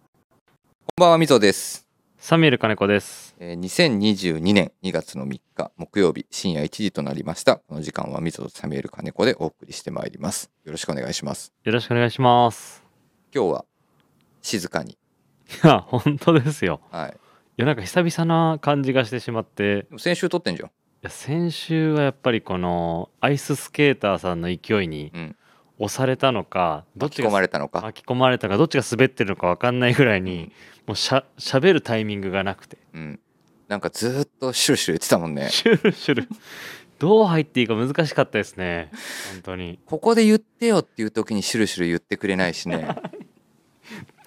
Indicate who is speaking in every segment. Speaker 1: こんばんはみぞです、
Speaker 2: サミュエル金子です。
Speaker 1: えー2022年2月の3日木曜日深夜1時となりましたこの時間はみぞとサミュエル金子でお送りしてまいりますよろしくお願いします
Speaker 2: よろしくお願いします。
Speaker 1: 今日は静かに
Speaker 2: いや、本当ですよ。
Speaker 1: はい
Speaker 2: いや、なんか久々な感じがしてしまって、
Speaker 1: でも先週撮ってんじゃん
Speaker 2: いや先週はやっぱりこのアイススケーターさんの勢いに
Speaker 1: うん
Speaker 2: 押されたのか、どっ
Speaker 1: 巻き
Speaker 2: ち
Speaker 1: 込ま
Speaker 2: が
Speaker 1: れたのか
Speaker 2: 巻き込まれたか、どっちが滑ってるのか分かんないぐらいに、もうしゃ喋るタイミングがなくて、
Speaker 1: うんなんかずーっとシュルシュル言ってたもんね
Speaker 2: シュルシュル、どう入っていいか難しかったですね。本当に。
Speaker 1: ここで言ってよっていう時にシュルシュル言ってくれないし ね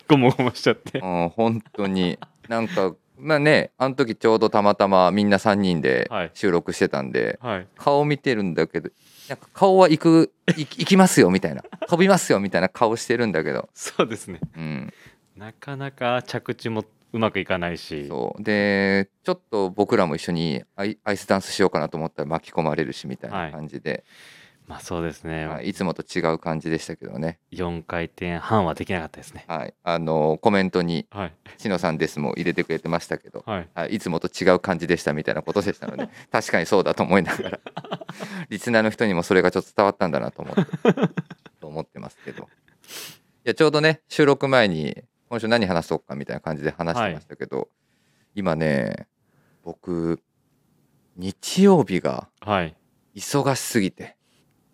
Speaker 2: ごもごもしちゃって。
Speaker 1: うん本当になんかまあねあの時ちょうどたまたまみんな3人で
Speaker 2: はい
Speaker 1: 収録してたんで、
Speaker 2: はい。
Speaker 1: 顔見てるんだけどなんか顔は行くい行きますよみたいな飛びますよみたいな顔してるんだけど、
Speaker 2: そうですね。
Speaker 1: うん、
Speaker 2: なかなか着地もうまくいかないし。
Speaker 1: そうでちょっと僕らも一緒にアイアイスダンスしようかなと思ったら巻き込まれるしみたいな感じで、
Speaker 2: まあそうですね、
Speaker 1: はい、いつもと違う感じでしたけどね、
Speaker 2: 4回転半はできなかったですね
Speaker 1: はい、あのコメントに
Speaker 2: はい
Speaker 1: 「しのさんです」も入れてくれてましたけど。
Speaker 2: はい
Speaker 1: はいいつもと違う感じでしたみたいなことでしたので確かにそうだと思いながらリスナーの人にもそれがちょっと伝わったんだなと思ってと思ってますけどいやちょうどね収録前に今週何話そうかみたいな感じで話してましたけど、今ね僕日曜日が
Speaker 2: はい
Speaker 1: 忙しすぎて、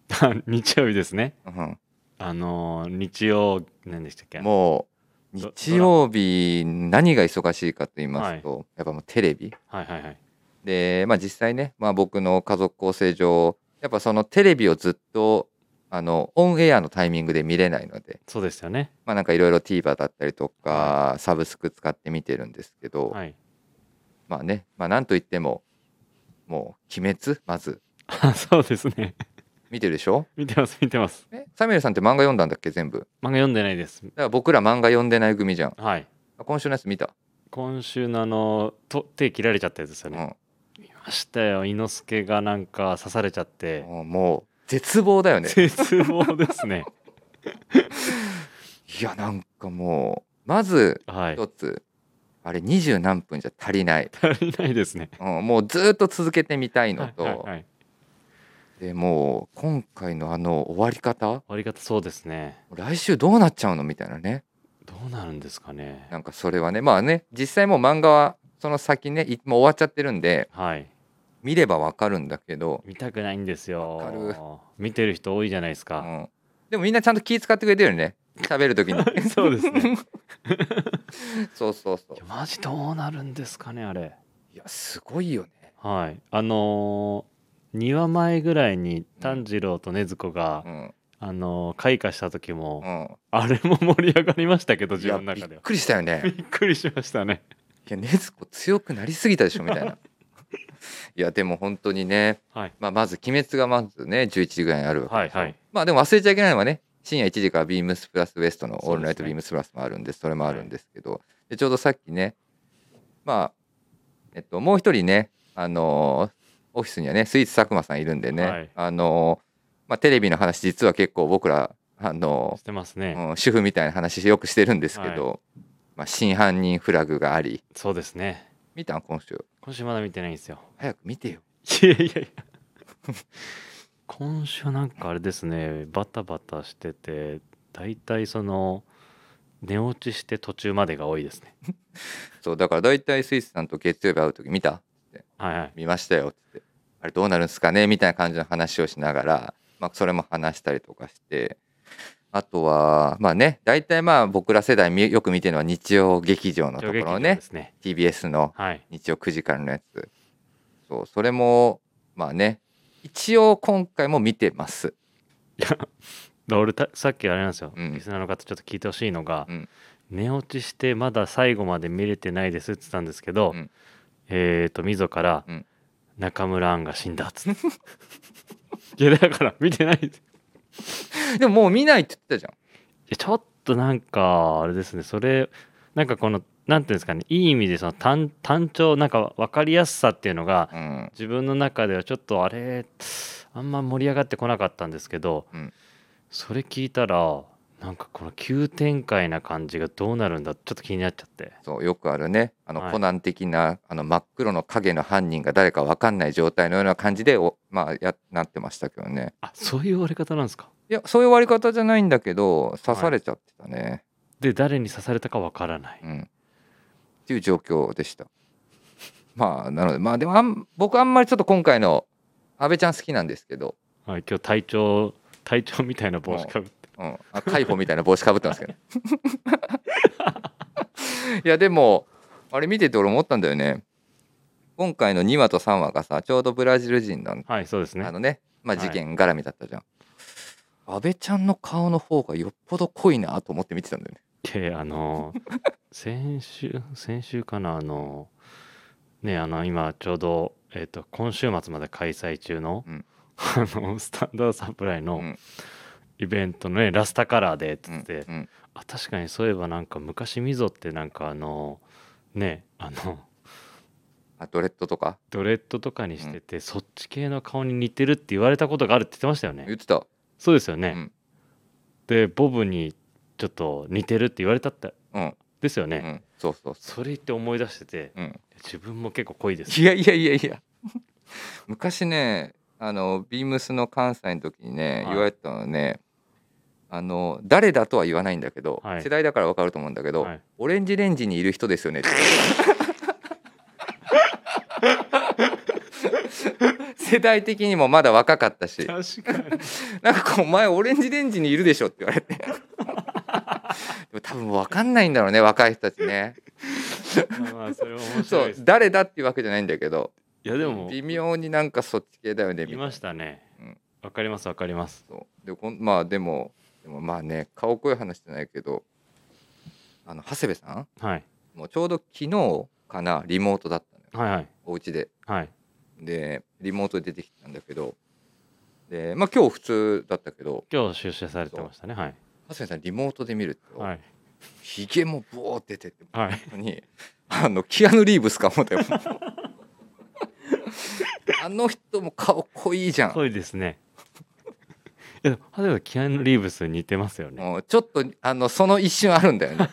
Speaker 2: 日曜日ですね
Speaker 1: うん、
Speaker 2: あのー日曜何でしたっけ
Speaker 1: もう
Speaker 2: ど
Speaker 1: 日曜日何が忙しいかと言いますと、やっぱもうテレビ
Speaker 2: はいはいはい
Speaker 1: で、まあ、実際ね、まあ、僕の家族構成上やっぱそのテレビをずっとあのオンエアのタイミングで見れないので、
Speaker 2: そうですよね
Speaker 1: まあ、なんかいろいろ TVer だったりとか、サブスク使って見てるんですけど、
Speaker 2: はい
Speaker 1: まあね、まあ、なんといってももう「鬼滅」まず
Speaker 2: あ そうですね
Speaker 1: 見てるでしょ
Speaker 2: 見てます見てます
Speaker 1: えサミュエルさんって漫画読んだんだっけ全部だか
Speaker 2: 漫画読んでないです
Speaker 1: ら僕ら漫画読んでない組じゃん
Speaker 2: はい
Speaker 1: あ今週のやつ見た、
Speaker 2: 今週のあのと手切られちゃったやつですよ
Speaker 1: う
Speaker 2: ね、
Speaker 1: ん
Speaker 2: 見ましたよ伊之助がなんか刺されちゃって、
Speaker 1: もうもう絶望だよ ね
Speaker 2: 絶望です ね
Speaker 1: いやなんかもうまず
Speaker 2: はい
Speaker 1: 一つあれ二十何分じゃ足りない
Speaker 2: 足りないですね
Speaker 1: うん、もうずーっと続けてみたいの
Speaker 2: はい
Speaker 1: と、
Speaker 2: はいはい終
Speaker 1: でもう今回のあの終わり方
Speaker 2: わり方そうですね
Speaker 1: 来週どうなっちゃうのみたいなね
Speaker 2: どうなるんですかね
Speaker 1: なんかそれはねまあね実際もう漫画はその先ねいもう終わっちゃってるんで
Speaker 2: はい
Speaker 1: 見ればわかるんだけど、
Speaker 2: 見たくないんです
Speaker 1: わかる
Speaker 2: よ見てる人多いじゃないです
Speaker 1: う
Speaker 2: か、
Speaker 1: ん、でもみんなちゃんと気使ってくれてるよね喋る 時に
Speaker 2: そうです ね
Speaker 1: そうそうそう
Speaker 2: いやマジどうなるんですかねあれ
Speaker 1: いやすごいよね、
Speaker 2: はいあのー、2話前ぐらいに炭治郎と禰豆子が、
Speaker 1: うん
Speaker 2: あのー開花した時も、
Speaker 1: うん、
Speaker 2: あれも盛り上がりましたけど
Speaker 1: い
Speaker 2: 自
Speaker 1: や
Speaker 2: 分の
Speaker 1: びっ
Speaker 2: 中では
Speaker 1: くりしたよね
Speaker 2: びっくりしましたね
Speaker 1: いや禰豆子強くなりすぎたでしょみたい ないやでも本当にね
Speaker 2: はい
Speaker 1: まあ、まず「鬼滅」がまずね11時ぐらいにあるわけ
Speaker 2: はいはい
Speaker 1: まあでも忘れちゃいけないのはね深夜1時からビームスプラスウエストの「
Speaker 2: そうですね
Speaker 1: オールナイトビームスプラス」もあるんですそれもあるんですけど、でちょうどさっきねまあえっともう一人ねあのーオフィスにはねスイーツ佐久間さんいるんでね、
Speaker 2: はい
Speaker 1: あのーまあテレビの話実は結構僕らあの
Speaker 2: してますね、
Speaker 1: ーうん主婦みたいな話よくしてるんですけど、まあ、真犯人フラグがあり
Speaker 2: そうですね
Speaker 1: 見たん今週
Speaker 2: 今週まだ見てないんですよ
Speaker 1: 早く見てよ
Speaker 2: いやいやいや今週なんかあれですねバタバタしてて大体その寝落ちして途中までが多いですね
Speaker 1: そうだから大体スイーツさんと月曜日会う時見た
Speaker 2: はいはい
Speaker 1: 見ましたよって言ってあれどうなるんですかねみたいな感じの話をしながら、まあ、それも話したりとかしてあとはまあね大体まあ僕ら世代みよく見てるのは日曜劇場のとこ
Speaker 2: 上下
Speaker 1: ろ
Speaker 2: 級
Speaker 1: ね
Speaker 2: ですね
Speaker 1: TBS の
Speaker 2: はい
Speaker 1: 日曜9時からのやつそうそれもまあね一応今回も見てます
Speaker 2: だ俺たさっきあれなんですよ、
Speaker 1: うん
Speaker 2: リスナーの方ちょっと聞いてほしいのが、
Speaker 1: うん
Speaker 2: 寝落ちしてまだ最後まで見れてないですって言ったんですけど、
Speaker 1: うん
Speaker 2: えっ、とみぞから、
Speaker 1: うん
Speaker 2: 中村アンが死んだっつっていやだから見てないい
Speaker 1: でももう見ないって言ってたじ
Speaker 2: やちょっとなんかあれですねそれなんかこのなんていうんですかねいい意味でその単単調なんか分かりやすさっていうのが
Speaker 1: ゃん、うん、
Speaker 2: 自分の中ではちょっとあれあんま盛り上がってこなかったんですけど、
Speaker 1: うん
Speaker 2: それ聞いたらなんかこの急展開な感じがどうなるんだちょっと気になっちゃって
Speaker 1: そうよくあるねあの、
Speaker 2: はい
Speaker 1: コナン的なあの真っ黒の影の犯人が誰か分かんない状態のような感じでお、まあ、やなってましたけどね
Speaker 2: あそういう終わり方なんですか
Speaker 1: いやそういう割り方じゃないんだけど刺されちゃってたね、
Speaker 2: で誰に刺されたかわからない
Speaker 1: うんっていう状況でした まあなのでまあでもあん僕あんまりちょっと今回の安倍ちゃん好きなんですけど、
Speaker 2: はい、今日隊長隊長みたいな帽子かぶって
Speaker 1: うん、あ海保みたいな帽子かぶってますけど いやでもあれ見てて俺思ったんだよね今回の2話と3話がさちょうどブラジル人なん
Speaker 2: はいそうですね
Speaker 1: あのね、まあ、
Speaker 2: はい
Speaker 1: 事件絡みだったじゃん、安倍ちゃんの顔の方がよっぽど濃いなと思って見てたんだよね
Speaker 2: であの先週先週かなあのねあの今ちょうど、えっと今週末まで開催中の,、
Speaker 1: うん
Speaker 2: あのスタンダードサプライ
Speaker 1: う
Speaker 2: の
Speaker 1: ん
Speaker 2: イベントのねラスタカラーでっつって、
Speaker 1: うんうん
Speaker 2: あ確かにそういえばなんか昔みぞってなんかあのねあの
Speaker 1: あドレッドとか
Speaker 2: ドレッドとかにしてて、そっち系の顔に似てるって言われたことがあるって言ってましたよね
Speaker 1: 言ってた
Speaker 2: そうですよね、
Speaker 1: うん
Speaker 2: でボブにちょっと似てるって言われたって
Speaker 1: うん、
Speaker 2: ですよね、
Speaker 1: うん、そうそうそ
Speaker 2: それ言って思い出してて
Speaker 1: う、うん、
Speaker 2: 自分も結構濃 いです
Speaker 1: いやいやいやいや昔ねあのビームスの関西の時にね
Speaker 2: はい
Speaker 1: 言われてたのはね、あの誰だとは言わないんだけど、
Speaker 2: はい
Speaker 1: 世代だから分かると思うんだけど、
Speaker 2: はい
Speaker 1: オレンジレンジにいる人ですよ ねって世代的にもまだ若かったし
Speaker 2: 確かに
Speaker 1: なんかこうお前オレンジレンジにいるでしょって言われて でも多分もう分かんないんだろうね若い人たちね
Speaker 2: まあまあそれは面
Speaker 1: そ
Speaker 2: 白いうです
Speaker 1: 誰だっていうわけじゃないんだけど
Speaker 2: いやでも
Speaker 1: 微妙になんかそっち系だよねみた
Speaker 2: い
Speaker 1: いな
Speaker 2: ましたね
Speaker 1: うん
Speaker 2: わかりますわかります
Speaker 1: そうでこんまあでもでもまあね顔濃い話じゃないけどあの長谷部さん
Speaker 2: はい
Speaker 1: もうちょうど昨日かなリモートだったのよ
Speaker 2: はいはい
Speaker 1: お家で
Speaker 2: はい
Speaker 1: でリモートで出てきたんだけどでまあ今日普通だったけど
Speaker 2: 今日出社されてましたねはい
Speaker 1: 長谷部さんリモートで見ると、
Speaker 2: はい
Speaker 1: ひげもボーって出てて
Speaker 2: はい
Speaker 1: 本当にあのキアヌ・リーブスか思った よあの人も顔濃いじゃん
Speaker 2: 濃いですね いやでも例えばキアヌ・リーブスに似てますよね
Speaker 1: もうちょっとあのその一瞬あるんだよね。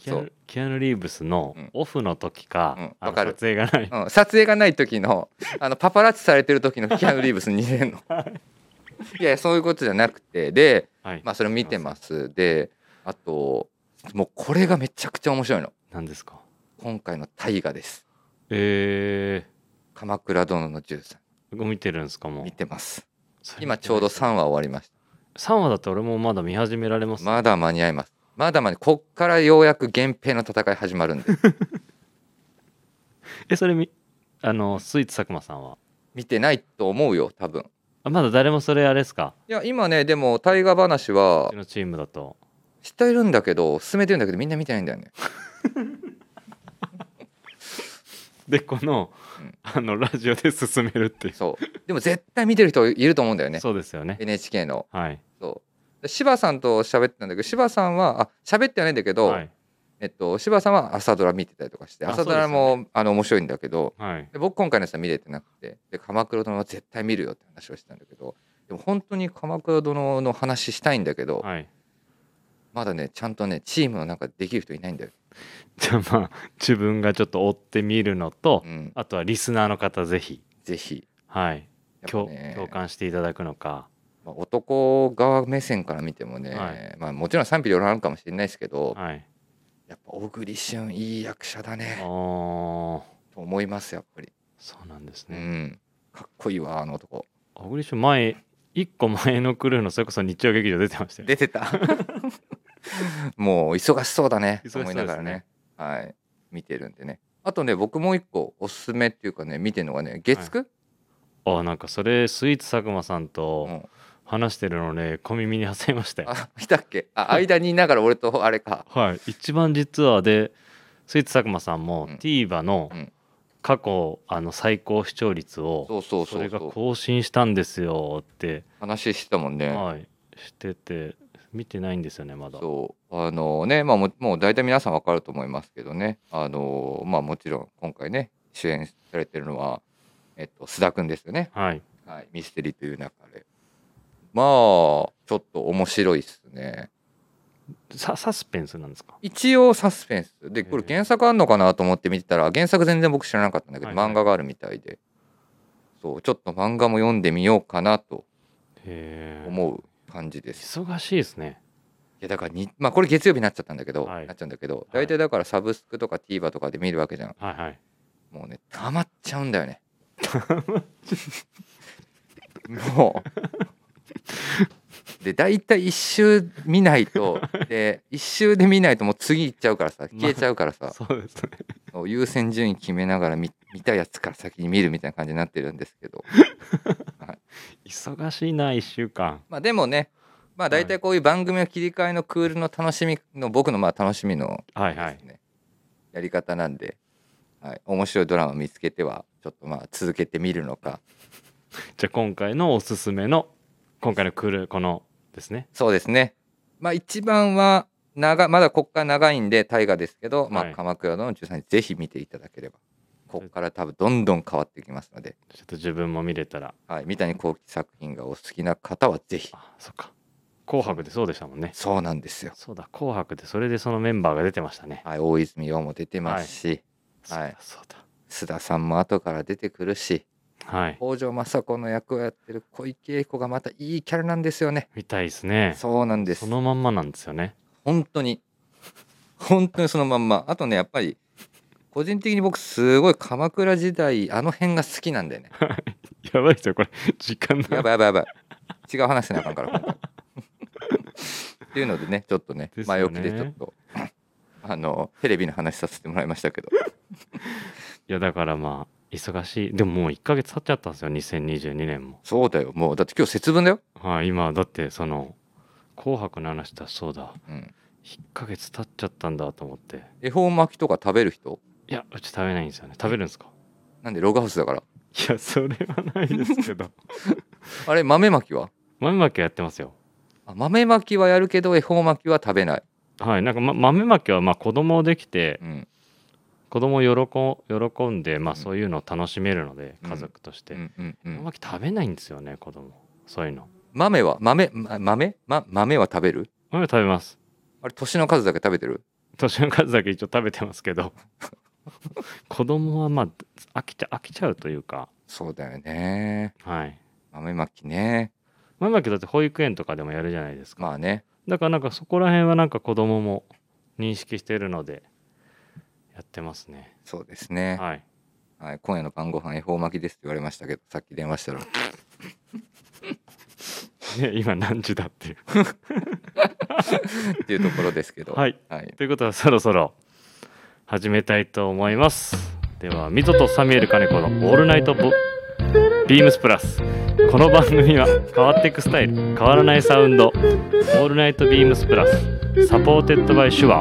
Speaker 2: キア
Speaker 1: そ
Speaker 2: ヌキアヌ・リーブスの
Speaker 1: うん
Speaker 2: オフの時
Speaker 1: うん
Speaker 2: か、あ
Speaker 1: わ
Speaker 2: の
Speaker 1: かる
Speaker 2: 撮影がない
Speaker 1: うん、撮影がない時のあのパパラッチされてる 時のキアヌ・リーブスに似てんの。いやいやそういうことじゃなくてで
Speaker 2: はい
Speaker 1: まあそれ見てますであともうこれがめちゃくちゃ面白いの
Speaker 2: 何ですか
Speaker 1: 今回の大河です
Speaker 2: え
Speaker 1: 「鎌倉殿の13
Speaker 2: ー、見てるんですか」もう
Speaker 1: 見てます
Speaker 2: それ
Speaker 1: 今ちょうど3話終わりまし
Speaker 2: 3話だって俺もまだ見始められま
Speaker 1: た
Speaker 2: す、
Speaker 1: まだ間に合いますまだ間にこっからようやく源平の戦い始まるんで
Speaker 2: えそれみあのスイーツ佐久間さんは
Speaker 1: 見てないと思うよ多分
Speaker 2: あまだ誰もそれあれですか
Speaker 1: いや今ねでも大河話
Speaker 2: う
Speaker 1: は
Speaker 2: ちのチームだと
Speaker 1: 知ってるんだけど進めてるんだけどみんな見てないんだよね
Speaker 2: でこの,、
Speaker 1: うん
Speaker 2: あのラジオで進めるっていう
Speaker 1: そうでも絶対見てる人いると思うんだよね
Speaker 2: そうですよね
Speaker 1: NHK の
Speaker 2: はい
Speaker 1: そうで柴さんと喋ってたんだけど柴さんはあ喋ってはないんだけど、
Speaker 2: はい
Speaker 1: えっと、柴さんは朝ドラ見てたりとかして
Speaker 2: あ
Speaker 1: 朝ドラ
Speaker 2: そ
Speaker 1: も、あの面白いんだけど
Speaker 2: はい
Speaker 1: で僕今回のやつは見れてなくてで「鎌倉殿」は絶対見るよって話をしてたんだけどでも本当に「鎌倉殿」の話したいんだけど、
Speaker 2: はい
Speaker 1: まだねちゃんとねチームの中でできる人いないんだよ、
Speaker 2: じゃあまあ自分がちょっと追ってみるのと、
Speaker 1: うん、
Speaker 2: あとはリスナーの方ぜひ
Speaker 1: ぜひ
Speaker 2: はい
Speaker 1: やっぱ
Speaker 2: 共
Speaker 1: ね
Speaker 2: 共感していただくのか
Speaker 1: まあ男側目線から見てもね、
Speaker 2: はい
Speaker 1: まあ、もちろん賛否両論あるかもしれないですけど、
Speaker 2: はい
Speaker 1: やっぱ小栗旬いい役者だ
Speaker 2: あ
Speaker 1: ね
Speaker 2: ー
Speaker 1: と思いますやっぱり、
Speaker 2: そうなんです
Speaker 1: う
Speaker 2: ね
Speaker 1: ん、かっこいいわあの男
Speaker 2: 小栗旬前一個前のクルーのそれこそ日曜劇場出てましたよね
Speaker 1: 出て たもう忙しそうだね
Speaker 2: 忙
Speaker 1: と
Speaker 2: しそうで
Speaker 1: 思
Speaker 2: すね
Speaker 1: いながらねはい見てるんでねあとね僕もう一個おすすめっていうかね見てるのがね月9、
Speaker 2: あなんかそれスイーツ佐久間さん
Speaker 1: う
Speaker 2: と
Speaker 1: ん
Speaker 2: 話してるのね小耳に挟みましたよ
Speaker 1: あいたっけあ間にいながら俺とあれか
Speaker 2: はい一番実はでスイーツ佐久間さんも
Speaker 1: うん
Speaker 2: TVer の
Speaker 1: うん
Speaker 2: 過去あの最高視聴率を
Speaker 1: そうそう
Speaker 2: そ
Speaker 1: そ
Speaker 2: れ
Speaker 1: う
Speaker 2: が
Speaker 1: そう
Speaker 2: 更新したんですよって
Speaker 1: 話してたもんね、
Speaker 2: はいしてて見てないんですよねまだ
Speaker 1: そうあのねまあももう大体皆さんわかると思いますけどねあのまあもちろん今回ね主演されてるのは、えっと、須田くんですよね、
Speaker 2: はい
Speaker 1: はい、ミステリーという中でまあちょっと面白いっすね
Speaker 2: ササスペンスなんですか
Speaker 1: 一応サスペンスでこれ
Speaker 2: へえ
Speaker 1: 原作あんのかなと思って見てたら原作全然僕知らなかったんだけど
Speaker 2: はいはい
Speaker 1: 漫画があるみたいでそうちょっと漫画も読んでみようかなと
Speaker 2: へえ
Speaker 1: 思う感じです
Speaker 2: 忙しいですね
Speaker 1: いやだからに、まあ、これ月曜日になっちゃったんだけど、
Speaker 2: はい
Speaker 1: なっちゃうんだけど大体だからサブスクとか TVer とかで見るわけじゃん
Speaker 2: はいはい
Speaker 1: もうねたまっちゃうんだよねもうで大体一周見ないとで一周で見ないともう次行っちゃうからさ消えちゃうからさ、
Speaker 2: そうですね
Speaker 1: そう優先順位決めながら見見たやつから先に見るみたいな感じになってるんですけど
Speaker 2: 忙しいな1週間
Speaker 1: まあでもねまあ
Speaker 2: はい
Speaker 1: 大体こういう番組の切り替えのクールの楽しみの僕のまあ楽しみの
Speaker 2: はい
Speaker 1: ですね、
Speaker 2: はい
Speaker 1: やり方なんで、はい、面白いドラマ見つけてはちょっとまあ続けてみるのか
Speaker 2: じゃあ今回のおすすめの今回の来るこのですね
Speaker 1: そうですねまあ一番は長まだこっから長いんで大河ですけど、ま
Speaker 2: は
Speaker 1: あ、
Speaker 2: い
Speaker 1: 鎌倉殿の13人ぜひ見ていただければこっから多分どんどん変わってきますので、
Speaker 2: ちょっと自分も見れたら
Speaker 1: はい、三谷幸喜作品がお好きな方はぜひ
Speaker 2: あそっか紅白でそうでしたもんね
Speaker 1: そうなんですよ、
Speaker 2: そうだ紅白でそれでそのメンバーが出てましたね
Speaker 1: はい、大泉洋も出てますし、はい
Speaker 2: そうだ
Speaker 1: 須田さんも後から出てくるし
Speaker 2: そうだはい
Speaker 1: 北条政子の役をやってる小池栄子がまたいいキャラなんですよね
Speaker 2: 見たいですね
Speaker 1: そうなんです
Speaker 2: そのまんまなんですよね
Speaker 1: 本当に本当にそのまんまあとねやっぱり個人的に僕すごい鎌倉時代あの辺が好きなんだよね
Speaker 2: やばいですよこれ時間
Speaker 1: や
Speaker 2: ない
Speaker 1: ばいやばいやばい違う話せなあかんから今回っていうのでねちょっとね
Speaker 2: ですよ
Speaker 1: 前
Speaker 2: ね
Speaker 1: 置きでちょっとあのテレビの話させてもらいましたけど
Speaker 2: いやだからまあ忙しいでももう1ヶ月経っちゃったんですよ2022年も
Speaker 1: そうだよもうだって今日節分だよ、
Speaker 2: はい今だってその「紅白」の話だそうだ
Speaker 1: うん、
Speaker 2: 1ヶ月経っちゃったんだと思って
Speaker 1: 恵方巻きとか食べる人
Speaker 2: いやうち食べないんですよね食べるんですか
Speaker 1: なんでログハウスだから
Speaker 2: いやそれはないですけど
Speaker 1: あれ豆巻きは
Speaker 2: 豆まきはやってますよ
Speaker 1: あ豆巻きはやるけど恵方巻きは食べない、
Speaker 2: はいなんか、ま、豆まきはまあ子供できて
Speaker 1: うん、
Speaker 2: 子供を喜ん喜んで、まあ、
Speaker 1: うん
Speaker 2: そういうのを楽しめるので、
Speaker 1: うん
Speaker 2: 家族として、
Speaker 1: うんうんう
Speaker 2: 豆
Speaker 1: ん
Speaker 2: まき食べないんですよね子供そういうの
Speaker 1: 豆は豆ま豆、ま、豆は食べる
Speaker 2: 豆食べます
Speaker 1: あれ年の数だけ食べてる
Speaker 2: 年の数だけ一応食べてますけど 子供はまあ飽きちゃ飽きちゃうというか
Speaker 1: そうだよね
Speaker 2: はい
Speaker 1: 豆まきね
Speaker 2: 豆まきだって保育園とかでもやるじゃないですか、
Speaker 1: まあね
Speaker 2: だからなんかそこら辺はなんか子供も認識してるのでやってますね
Speaker 1: そうですね、
Speaker 2: はい
Speaker 1: はい、今夜の晩ご飯恵方巻きですって言われましたけどさっき電話したら
Speaker 2: ね今何時だっていう
Speaker 1: っていうところですけど
Speaker 2: はい
Speaker 1: はい、
Speaker 2: ということはそろそろ始めたいと思いますではミトとサミュエル金子の「オールナイトボビームスプラス」この番組は変わっていくスタイル変わらないサウンド「オールナイトビームスプラス」サポーテッドバイシュア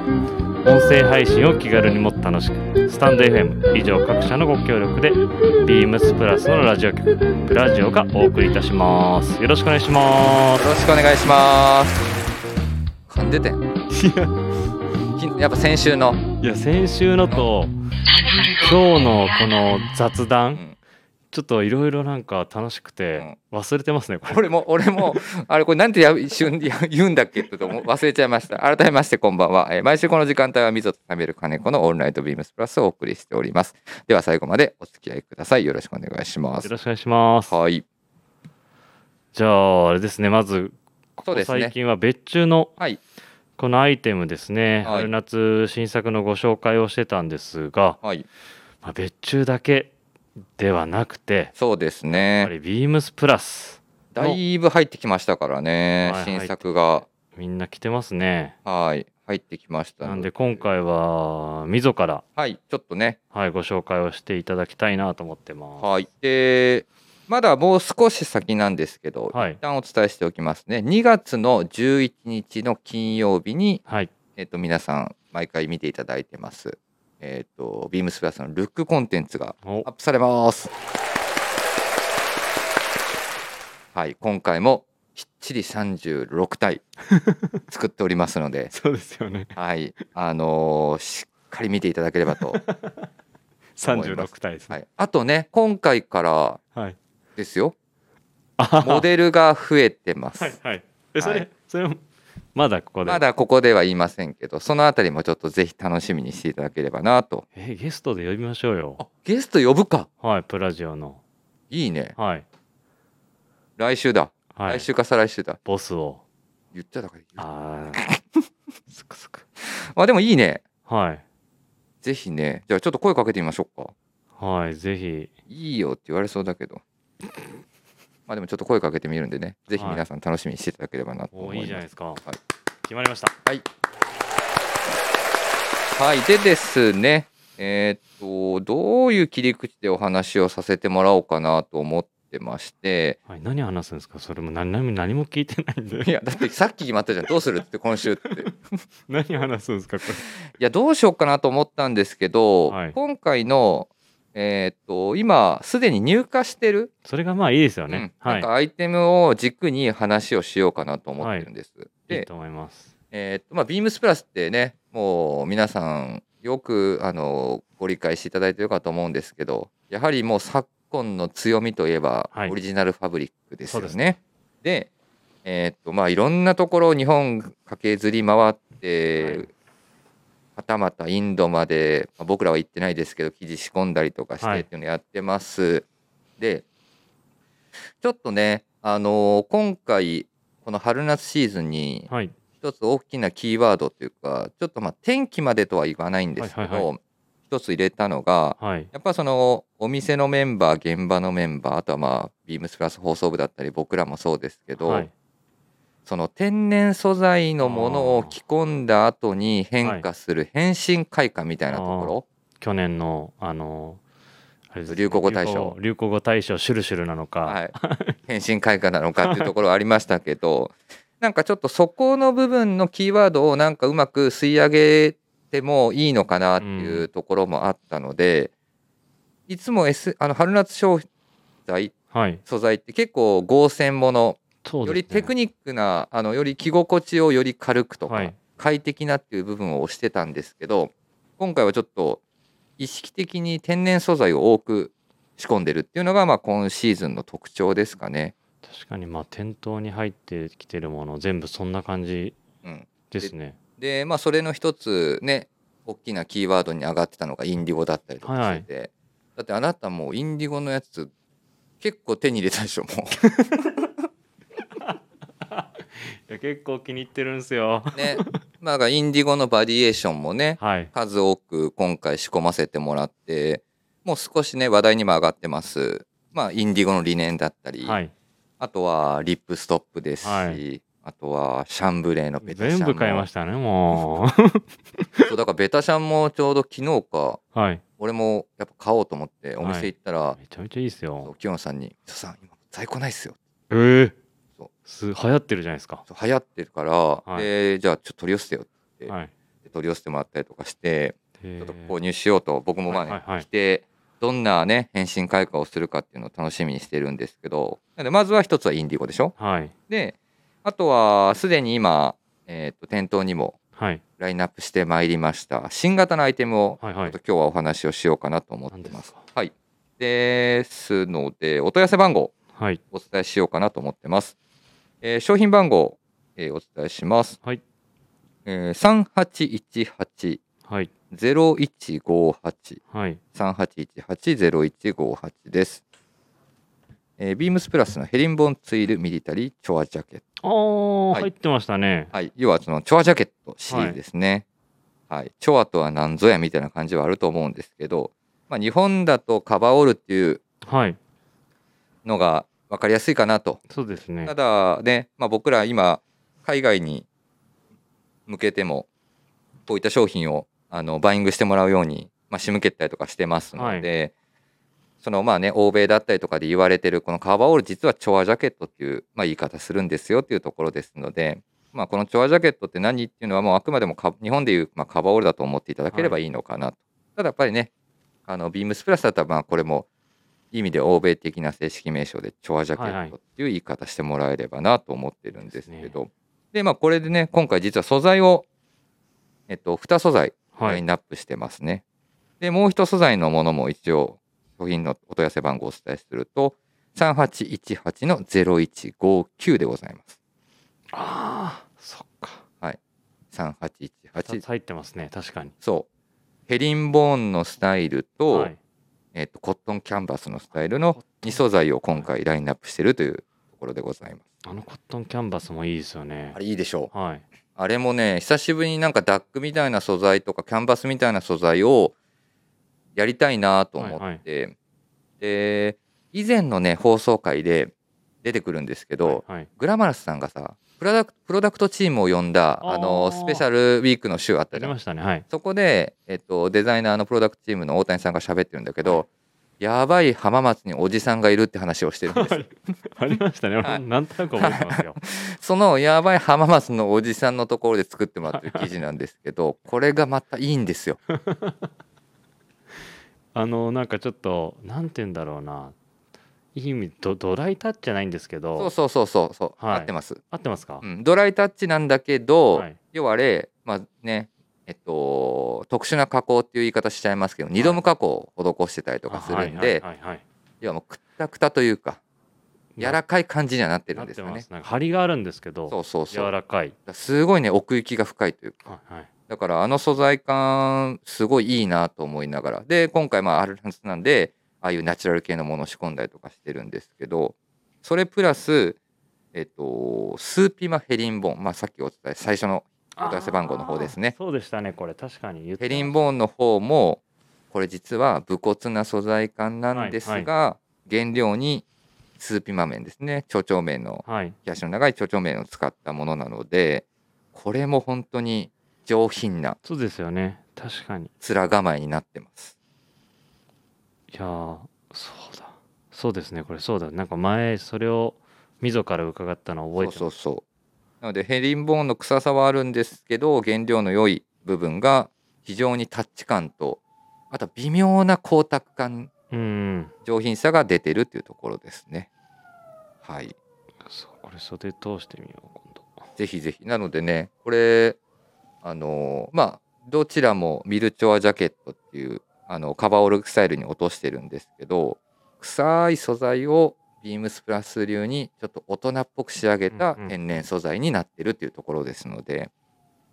Speaker 2: 音声配信を気軽にもっと楽しくスタンド FM 以上各社のご協力でビームスプラスのラジオ局プラジオがお送りいたしますよろしくお願いしま
Speaker 1: よろしくお願いします噛んでてん
Speaker 2: すいや
Speaker 1: きやっぱ先週の、
Speaker 2: いや先週のと今日のこの雑
Speaker 1: う
Speaker 2: 談
Speaker 1: ん、
Speaker 2: ちょっといろいろなんか楽しくて忘れてますねこれ
Speaker 1: 俺も俺も あれこれなんてや一瞬や言うんだっけって思う忘れちゃいました改めましてこんばんは、えー毎週この時間帯はみぞと食べる金子のオールナイトビームスプラスをお送りしておりますでは最後までお付き合いくださいよろしくお願いしま
Speaker 2: よ
Speaker 1: す
Speaker 2: ろしくお願いします
Speaker 1: はい
Speaker 2: じゃああれですねまずこ
Speaker 1: そう
Speaker 2: こ
Speaker 1: ですね
Speaker 2: 最近は別注の
Speaker 1: はい
Speaker 2: このアイテムですね
Speaker 1: はい
Speaker 2: 春夏新作のご紹介をしてたんですが、
Speaker 1: はい
Speaker 2: まあ、別注だけではなくて
Speaker 1: そうです
Speaker 2: やっぱ
Speaker 1: ね
Speaker 2: りビームスプラス
Speaker 1: だいぶ入ってきましたからね、
Speaker 2: はい
Speaker 1: 新作が
Speaker 2: みんな着てますね
Speaker 1: はい入ってきました
Speaker 2: なんで今回はみぞから
Speaker 1: はいちょっとね
Speaker 2: はいご紹介をしていただきたいなと思ってます
Speaker 1: はいでまだもう少し先なんですけど、
Speaker 2: はい
Speaker 1: 一旦お伝えしておきますね2月の11日の金曜日に
Speaker 2: はい
Speaker 1: えっと皆さん毎回見ていただいてますえっ、とビームスプラスのルックコンテンツが
Speaker 2: お
Speaker 1: アップされますはい今回もきっちり36体作っておりますの で
Speaker 2: そうですよね
Speaker 1: はいあのーしっかり見ていただければと、
Speaker 2: 36体です
Speaker 1: は
Speaker 2: ね
Speaker 1: い、あとね今回から
Speaker 2: はい
Speaker 1: ですよモデルが増えてます。
Speaker 2: はいはいえそれ、
Speaker 1: はい
Speaker 2: それもまだここで
Speaker 1: まだここでは言いませんけど、そのあたりもちょっとぜひ楽しみにしていただければなと。
Speaker 2: えゲストで呼びましょうよ
Speaker 1: あゲスト呼ぶか
Speaker 2: はいプラジオの
Speaker 1: いいね。
Speaker 2: はい
Speaker 1: 来週だ。
Speaker 2: はい
Speaker 1: 来週か再来週だ。
Speaker 2: ボスを
Speaker 1: 言っちゃったからいい
Speaker 2: ああそくそく
Speaker 1: まあでもいいね。
Speaker 2: はい
Speaker 1: ぜひね。じゃあちょっと声かけてみましょうか。
Speaker 2: はいぜひ
Speaker 1: いいよって言われそうだけど。まあでもちょっと声かけてみるんでね。ぜひ皆さん楽しみにしていただければなと
Speaker 2: お
Speaker 1: 思
Speaker 2: いい
Speaker 1: い
Speaker 2: じゃな
Speaker 1: ます。
Speaker 2: いですか、
Speaker 1: い
Speaker 2: 決まりました
Speaker 1: はい。でですね。えーっと、どういう切り口でお話をさせてもらおうかなと思ってまして。
Speaker 2: はい何話すんですかそれも何何も何も聞いて ないん
Speaker 1: い
Speaker 2: で
Speaker 1: や、だってさっき決まったじゃん。どうするって今週 って。
Speaker 2: 何話すんですかこ
Speaker 1: いやどうしようかなと思ったんですけど、
Speaker 2: はい
Speaker 1: 今回の、えーっと今すでに入荷してる、
Speaker 2: れそれがまあいいですよね、
Speaker 1: うん
Speaker 2: は
Speaker 1: なん
Speaker 2: い
Speaker 1: かアイテムを軸に話をしようかなと思ってるんです。
Speaker 2: いい
Speaker 1: で、
Speaker 2: と思います
Speaker 1: えーっとまあ、ビームスプラスってねもう皆さんよくあのご理解していただいてるかと思うんですけどやはりもう昨今の強みといえば、
Speaker 2: はい
Speaker 1: オリジナルファブリックですよ
Speaker 2: そうです
Speaker 1: ね。でえーっとまあ、いろんなところを日本駆けずり回って、
Speaker 2: はい
Speaker 1: はたまたインドまで、まあ僕らは行ってないですけど記事仕込んだりとかし
Speaker 2: はい
Speaker 1: てっていうのやってます、でちょっとね、あのー今回この春夏シーズンに
Speaker 2: はい
Speaker 1: 一つ大きなキーワードというかちょっとまあ天気までとは言わないんですけど、
Speaker 2: はいはい
Speaker 1: 一つ入れたのが
Speaker 2: はい
Speaker 1: やっぱそのお店のメンバー現場のメンバーあとはまあビームスプラス放送部だったり僕らもそうですけど、
Speaker 2: はい
Speaker 1: その天然素材のものを着込んだ後に変化する変身開花みたいなところ、
Speaker 2: 去年のあのあれですね
Speaker 1: 流行語大賞
Speaker 2: 流行流行語大賞シュルシュルなのか、
Speaker 1: はい、変身開花なのかっていうところはありましたけどなんかちょっとそこの部分のキーワードをなんかうまく吸い上げてもいいのかなっていうところもあったので、いつも、S、あの春夏商材
Speaker 2: はい
Speaker 1: 素材って結構合成もの、
Speaker 2: そうですね
Speaker 1: よりテクニックなあのより着心地をより軽くとか、
Speaker 2: はい
Speaker 1: 快適なっていう部分を推してたんですけど今回はちょっと意識的に天然素材を多く仕込んでるっていうのが、まあ、今シーズンの特徴ですかね。
Speaker 2: 確かにまあ店頭に入ってきてるもの全部そんな感じ
Speaker 1: うん、
Speaker 2: ですね
Speaker 1: で、まあ、それの一つね大きなキーワードに上がってたのがインディゴだったりとかしてて、だってあなたもうインディゴのやつ結構手に入れたでしょも
Speaker 2: いや結構気に入ってるんですよ
Speaker 1: うね。 まあ、インディゴのバリエーションもね
Speaker 2: はい
Speaker 1: 数多く今回仕込ませてもらってもう少しね話題にも上がってますまあインディゴの理念だったり、
Speaker 2: はい
Speaker 1: あとはリップストップですし、
Speaker 2: はい
Speaker 1: あとはシャンブレーのベタシャン
Speaker 2: 全
Speaker 1: も
Speaker 2: 部買いましたねも
Speaker 1: そうだからベタシャンもちょうど昨日か
Speaker 2: うはい
Speaker 1: 俺もやっぱ買おうと思ってお
Speaker 2: は
Speaker 1: 店
Speaker 2: い
Speaker 1: 行ったら、
Speaker 2: めちゃめちゃいいです
Speaker 1: そう
Speaker 2: よ
Speaker 1: 清野さんに「清野さん今在庫ないっすよ
Speaker 2: えー
Speaker 1: そう、
Speaker 2: す流行ってるじゃないですか」
Speaker 1: そう流行ってるから、
Speaker 2: い
Speaker 1: でじゃあちょっと取り寄せてよっえ
Speaker 2: はい
Speaker 1: て取り寄せてもらったりとかして
Speaker 2: ち
Speaker 1: ちょっと購入しようと僕もまあね、
Speaker 2: はいはいはい
Speaker 1: 来てどんなね変身開花をするかっていうのを楽しみにしてるんですけどなのでまずは一つはインディゴでしょ
Speaker 2: はい
Speaker 1: であとはすでに今、えーと店頭にも
Speaker 2: はい
Speaker 1: ラインナップしてまいりました新型のアイテムを
Speaker 2: はい
Speaker 1: ち
Speaker 2: は
Speaker 1: ょっ
Speaker 2: い
Speaker 1: と今日はお話をしようかなと思ってます。は
Speaker 2: 何
Speaker 1: い、ですのでお問い合わせ番号
Speaker 2: はい
Speaker 1: お伝えしようかなと思ってます。えー商品番号、えーお伝えします。
Speaker 2: はい
Speaker 1: えー、
Speaker 2: はい
Speaker 1: 3818-0158
Speaker 2: はい
Speaker 1: 3818-0158です。えービームスプラスのヘリンボンツイルミリタリーチョアジャケット。
Speaker 2: あー
Speaker 1: はい
Speaker 2: 入ってましたね
Speaker 1: はい。要はそのチョアジャケットシリーズですね。はい。チョアとは何ぞやみたいな感じはあると思うんですけど、まあ、日本だとカバオールっていう
Speaker 2: はい
Speaker 1: のが分かりやすいかなと。
Speaker 2: そうですね
Speaker 1: ただね、まあ、僕ら今、海外に向けても、こういった商品をあのバイングしてもらうように、まあ、仕向けたりとかしてますので、そのまあね、欧米だったりとかで言われてる、このカバーオール、実はチョアジャケットっていう、まあ、言い方するんですよっていうところですので、まあ、このチョアジャケットって何っていうのは、もうあくまでもか日本でいう、まあ、カバーオールだと思っていただければいいのかなと。ただやっぱりね、あのビームスプラスだったら、まあこれもいい意味で欧米的な正式名称で、チョアジャケ
Speaker 2: はい
Speaker 1: ッ
Speaker 2: は
Speaker 1: トっていう言い方してもらえればなと思ってるんですけど、で、まあこれでね、今回実は素材を、えっと、2素材
Speaker 2: は
Speaker 1: ライン
Speaker 2: い
Speaker 1: ナップしてますね。で、もう1素材のものも一応、商品のお問い合わせ番号をお伝えすると、 3818の0159でございます。
Speaker 2: ああそっか2つ
Speaker 1: 3818
Speaker 2: 入ってますね確かに
Speaker 1: そうヘリンボーンのスタイルと,、
Speaker 2: はい、
Speaker 1: えっとコットンキャンバスのスタイルの2素材を今回ラインナップしてるというところでございます。
Speaker 2: あのコットンキャンバスもいいですよね
Speaker 1: あれいいでしょう
Speaker 2: はい
Speaker 1: あれもね、久しぶりになんかダックみたいな素材とかキャンバスみたいな素材をやりたいなと思って、
Speaker 2: はいは
Speaker 1: で、以前のね、放送回で出てくるんですけど、
Speaker 2: はい
Speaker 1: グラマラスさんがさ、プロダクプロダクトチームを呼んだ、
Speaker 2: あー
Speaker 1: あの、スペシャルウィークの週あっ
Speaker 2: や
Speaker 1: たじ
Speaker 2: り
Speaker 1: ゃん
Speaker 2: ま。したねはい
Speaker 1: そこで、えっと、デザイナーのプロダクトチームの大谷さんが喋ってるんだけど、やばい浜松におじさんがいるって話をしてるんですよ
Speaker 2: ありました ね
Speaker 1: は
Speaker 2: 俺
Speaker 1: い
Speaker 2: なんとなく覚えてますよ
Speaker 1: そのやばい浜松のおじさんのところで作ってもらってる記事なんですけどこれがまたいいんですよ。
Speaker 2: あのなんかちょっとなんて言うんだろうないい意味ドドライタッチじゃないんですけど
Speaker 1: そうそうそうそうそう、
Speaker 2: はい
Speaker 1: 合ってます、
Speaker 2: 合ってますか、
Speaker 1: うん。ドライタッチなんだけど、
Speaker 2: はい
Speaker 1: 要はあれまあねえっと特殊な加工っていう言い方しちゃいますけど、二度無加工を施してたりとかするんで、
Speaker 2: あはいはいはいはい
Speaker 1: 要はもうくったくたというか柔らかい感じにはなってるんですよ
Speaker 2: なってま
Speaker 1: ね
Speaker 2: す。なんか張りがあるんですけど
Speaker 1: そうそうそう
Speaker 2: 柔らかい、
Speaker 1: だからすごいね奥行きが深いというか
Speaker 2: はいはい、
Speaker 1: だからあの素材感すごいいいなと思いながらで今回まあアルランスなんでああいうナチュラル系のものを仕込んだりとかしてるんですけどそれプラスえっとスーピマヘリンボーンまあさっきお伝え最初のお出せ番号の方ですね
Speaker 2: あーそうでしたねこれ確かに言っ
Speaker 1: ヘ
Speaker 2: てました
Speaker 1: リンボーンの方もこれ実は武骨な素材感なんですが、原料にスーピマ綿ですね蝶々綿の
Speaker 2: はい
Speaker 1: 毛足の長い蝶々綿を使ったものなのでこれも本当に上品な
Speaker 2: そうですよね確かに
Speaker 1: 面構えになってます。
Speaker 2: いやーそうだそうですねこれそうだなんか前それを溝から伺ったの覚えてます
Speaker 1: そうそうそうなのでヘリンボーンの臭さはあるんですけど原料の良い部分が非常にタッチ感とあとは微妙な光沢感
Speaker 2: うん
Speaker 1: 上品さが出てるっていうところですねはい
Speaker 2: そうこれ袖通してみよう今度
Speaker 1: ぜひぜひなのでねこれあのーまあどちらもミルチョアジャケットっていうあのカバーオールスタイルに落としてるんですけど臭い素材をビームスプラス流にちょっと大人っぽく仕上げた
Speaker 2: うんうん
Speaker 1: 天然素材になってるっていうところですので、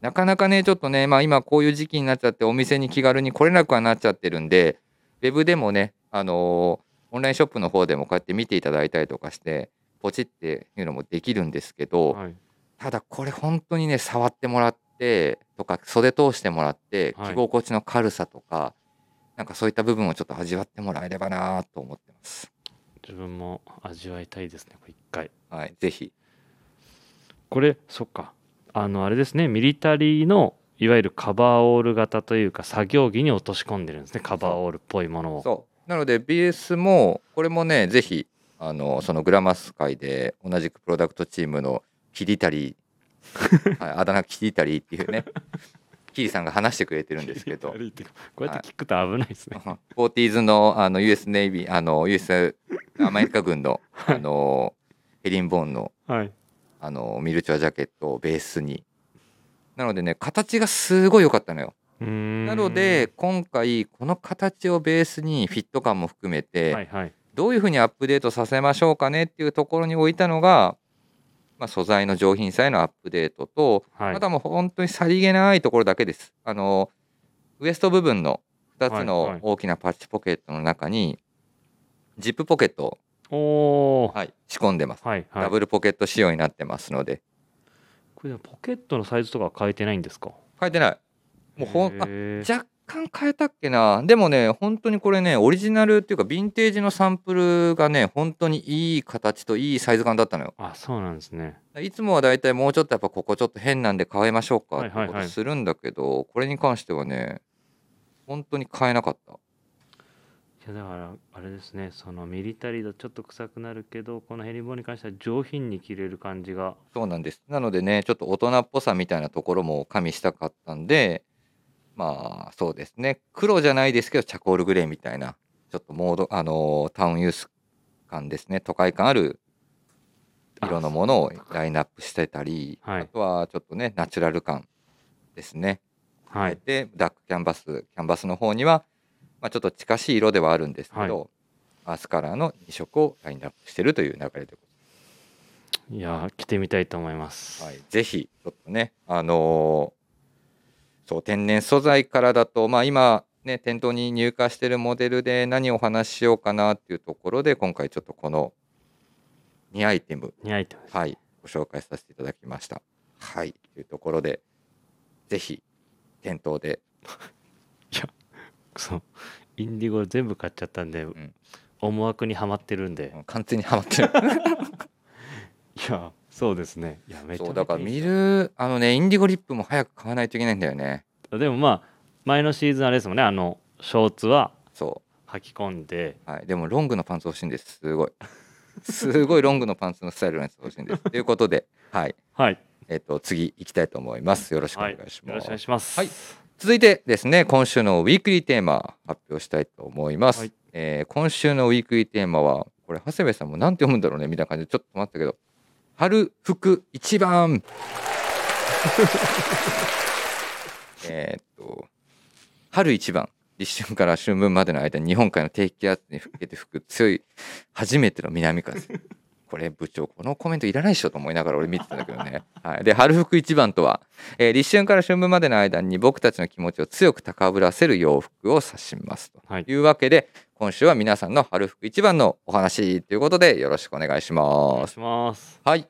Speaker 1: なかなかねちょっとね、まあ、今こういう時期になっちゃってお店に気軽に来れなくはなっちゃってるんでウェブでもね、あのーオンラインショップの方でもこうやって見ていただいたりとかしてポチっていうのもできるんですけど、
Speaker 2: はい
Speaker 1: ただこれ本当にね触ってもらってとか袖通してもらって
Speaker 2: はい
Speaker 1: 着心地の軽さとか、なんかそういった部分をちょっと味わってもらえればなと思ってます。
Speaker 2: 自分も味わいたいですねこれ一回
Speaker 1: はい、ぜひ
Speaker 2: これそっかあのあれですねミリタリーのいわゆるカバーオール型というか作業着に落とし込んでるんですねカバーオールっぽいものを
Speaker 1: そうなので BS もこれもねぜひあのそのグラマス界で同じくプロダクトチームのキリタリー、 はい、あだ名キリタリーっていうねキリさんが話してくれてるんですけど
Speaker 2: ミリタリーってこうやって聞くと危ないですね、
Speaker 1: フォーティーズのあの US ネイビーあの US アメリカ軍のあのヘリンボーンの
Speaker 2: はい
Speaker 1: あのミルチュアジャケットをベースになのでね形がすごい良かったのよ
Speaker 2: うーん
Speaker 1: なので今回この形をベースにフィット感も含めて、
Speaker 2: はいはい
Speaker 1: どういうふうにアップデートさせましょうかねっていうところに置いたのが、まあ、素材の上品さへのアップデートと、
Speaker 2: はい
Speaker 1: あとはもう本当にさりげないところだけですあのウエスト部分の2つ
Speaker 2: はいは
Speaker 1: の
Speaker 2: い
Speaker 1: 大きなパッチポケットの中にジップポケットを、
Speaker 2: おお
Speaker 1: 仕込んでます、
Speaker 2: はいはい
Speaker 1: ダブルポケット仕様になってますので
Speaker 2: これでもポケットのサイズとかは変えてないんですか
Speaker 1: 変えてないもうほんあ
Speaker 2: へー
Speaker 1: 若干変えたっけなでもね本当にこれねオリジナルっていうかヴィンテージのサンプルがね本当にいい形といいサイズ感だったのよ
Speaker 2: あそうなんですね
Speaker 1: いつもはだいたいもうちょっとやっぱここちょっと変なんで変えましょうか
Speaker 2: は
Speaker 1: っ
Speaker 2: い
Speaker 1: て
Speaker 2: はいはい
Speaker 1: ことするんだけど、これに関してはね本当に変えなかった
Speaker 2: いやだからあれですねそのミリタリーだとちょっと臭くなるけどこのヘリボーに関しては上品に着れる感じが
Speaker 1: そうなんですなのでねちょっと大人っぽさみたいなところも加味したかったんでまあそうですね黒じゃないですけどチャコールグレーみたいなちょっとモードあのータウンユース感ですね都会感ある色のものをラインナップしてたりあ,、
Speaker 2: はい
Speaker 1: とはちょっとねナチュラル感ですね
Speaker 2: はい
Speaker 1: でダックキャンバスキャンバスの方には、まあ、ちょっと近しい色ではあるんですけど、アースカラーの2色をラインナップしてるという流れでござい
Speaker 2: いやー着てみたいと思います、
Speaker 1: ます、はい、ぜひちょっとねあのーそう天然素材からだとまあ今ね店頭に入荷してるモデルで何をお話ししようかなっていうところで今回ちょっとこの2アイテム
Speaker 2: 似合いてます
Speaker 1: はい、ご紹介させていただきました。はい、というところで、ぜひ、店頭で、
Speaker 2: そうインディゴ全部買っちゃったんで、
Speaker 1: ん
Speaker 2: 思惑にはまってるんで、
Speaker 1: うん完全にハマってる。
Speaker 2: いやそうですねいやめち
Speaker 1: そ
Speaker 2: ゃ
Speaker 1: う、
Speaker 2: めちゃ
Speaker 1: だから
Speaker 2: いい
Speaker 1: 見る、あのね、インディゴリップも早く買わないといけないんだよね。
Speaker 2: でもまあ前のシーズンあれですもんねあのショーツは
Speaker 1: そ
Speaker 2: 履き込んで
Speaker 1: う。はい、でも、ロングのパンツ欲しいんです。すごい。 すごいロングのパンツのスタイルのやつ欲しいんです。ということで、はい、
Speaker 2: はい
Speaker 1: えっ、と、次行きたいと思います。よろしくお
Speaker 2: は
Speaker 1: 願
Speaker 2: い
Speaker 1: いし
Speaker 2: よ
Speaker 1: ま
Speaker 2: ろしく
Speaker 1: す。
Speaker 2: お願いします
Speaker 1: はい続いてですね今週のウィークリーテーマ発表したいと思います、
Speaker 2: はい
Speaker 1: えー今週のウィークリーテーマはこれ長谷部さんも何て読むんだろうねみたいな感じでちょっと待ったけど「春服一 番」えーっと「春一番」立春から春分までの間に日本海の低気圧に吹けて吹く強い初めての南風これ部長このコメントいらないでしょと思いながら俺見てたんだけどね、はい、で春服一番とはえー立春から春分までの間に僕たちの気持ちを強く高ぶらせる洋服を指しますと
Speaker 2: はい
Speaker 1: いうわけで今週は皆さんの春服一番のお話ということでよろしくお願いし
Speaker 2: お願
Speaker 1: ま
Speaker 2: い
Speaker 1: す。
Speaker 2: します
Speaker 1: はい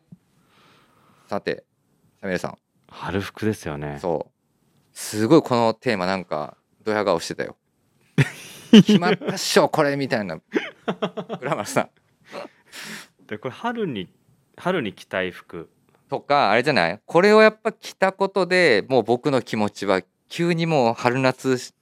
Speaker 1: さてサミュエルさん、
Speaker 2: 春服ですよね
Speaker 1: そうすごいこのテーマなんかドヤ顔してた よ。決まったっしょこれみたいな浦村さん
Speaker 2: でこれ春に春に着たい服
Speaker 1: とかあれじゃないこれをやっぱ着たことでもう僕の気持ちは急にもう春夏シ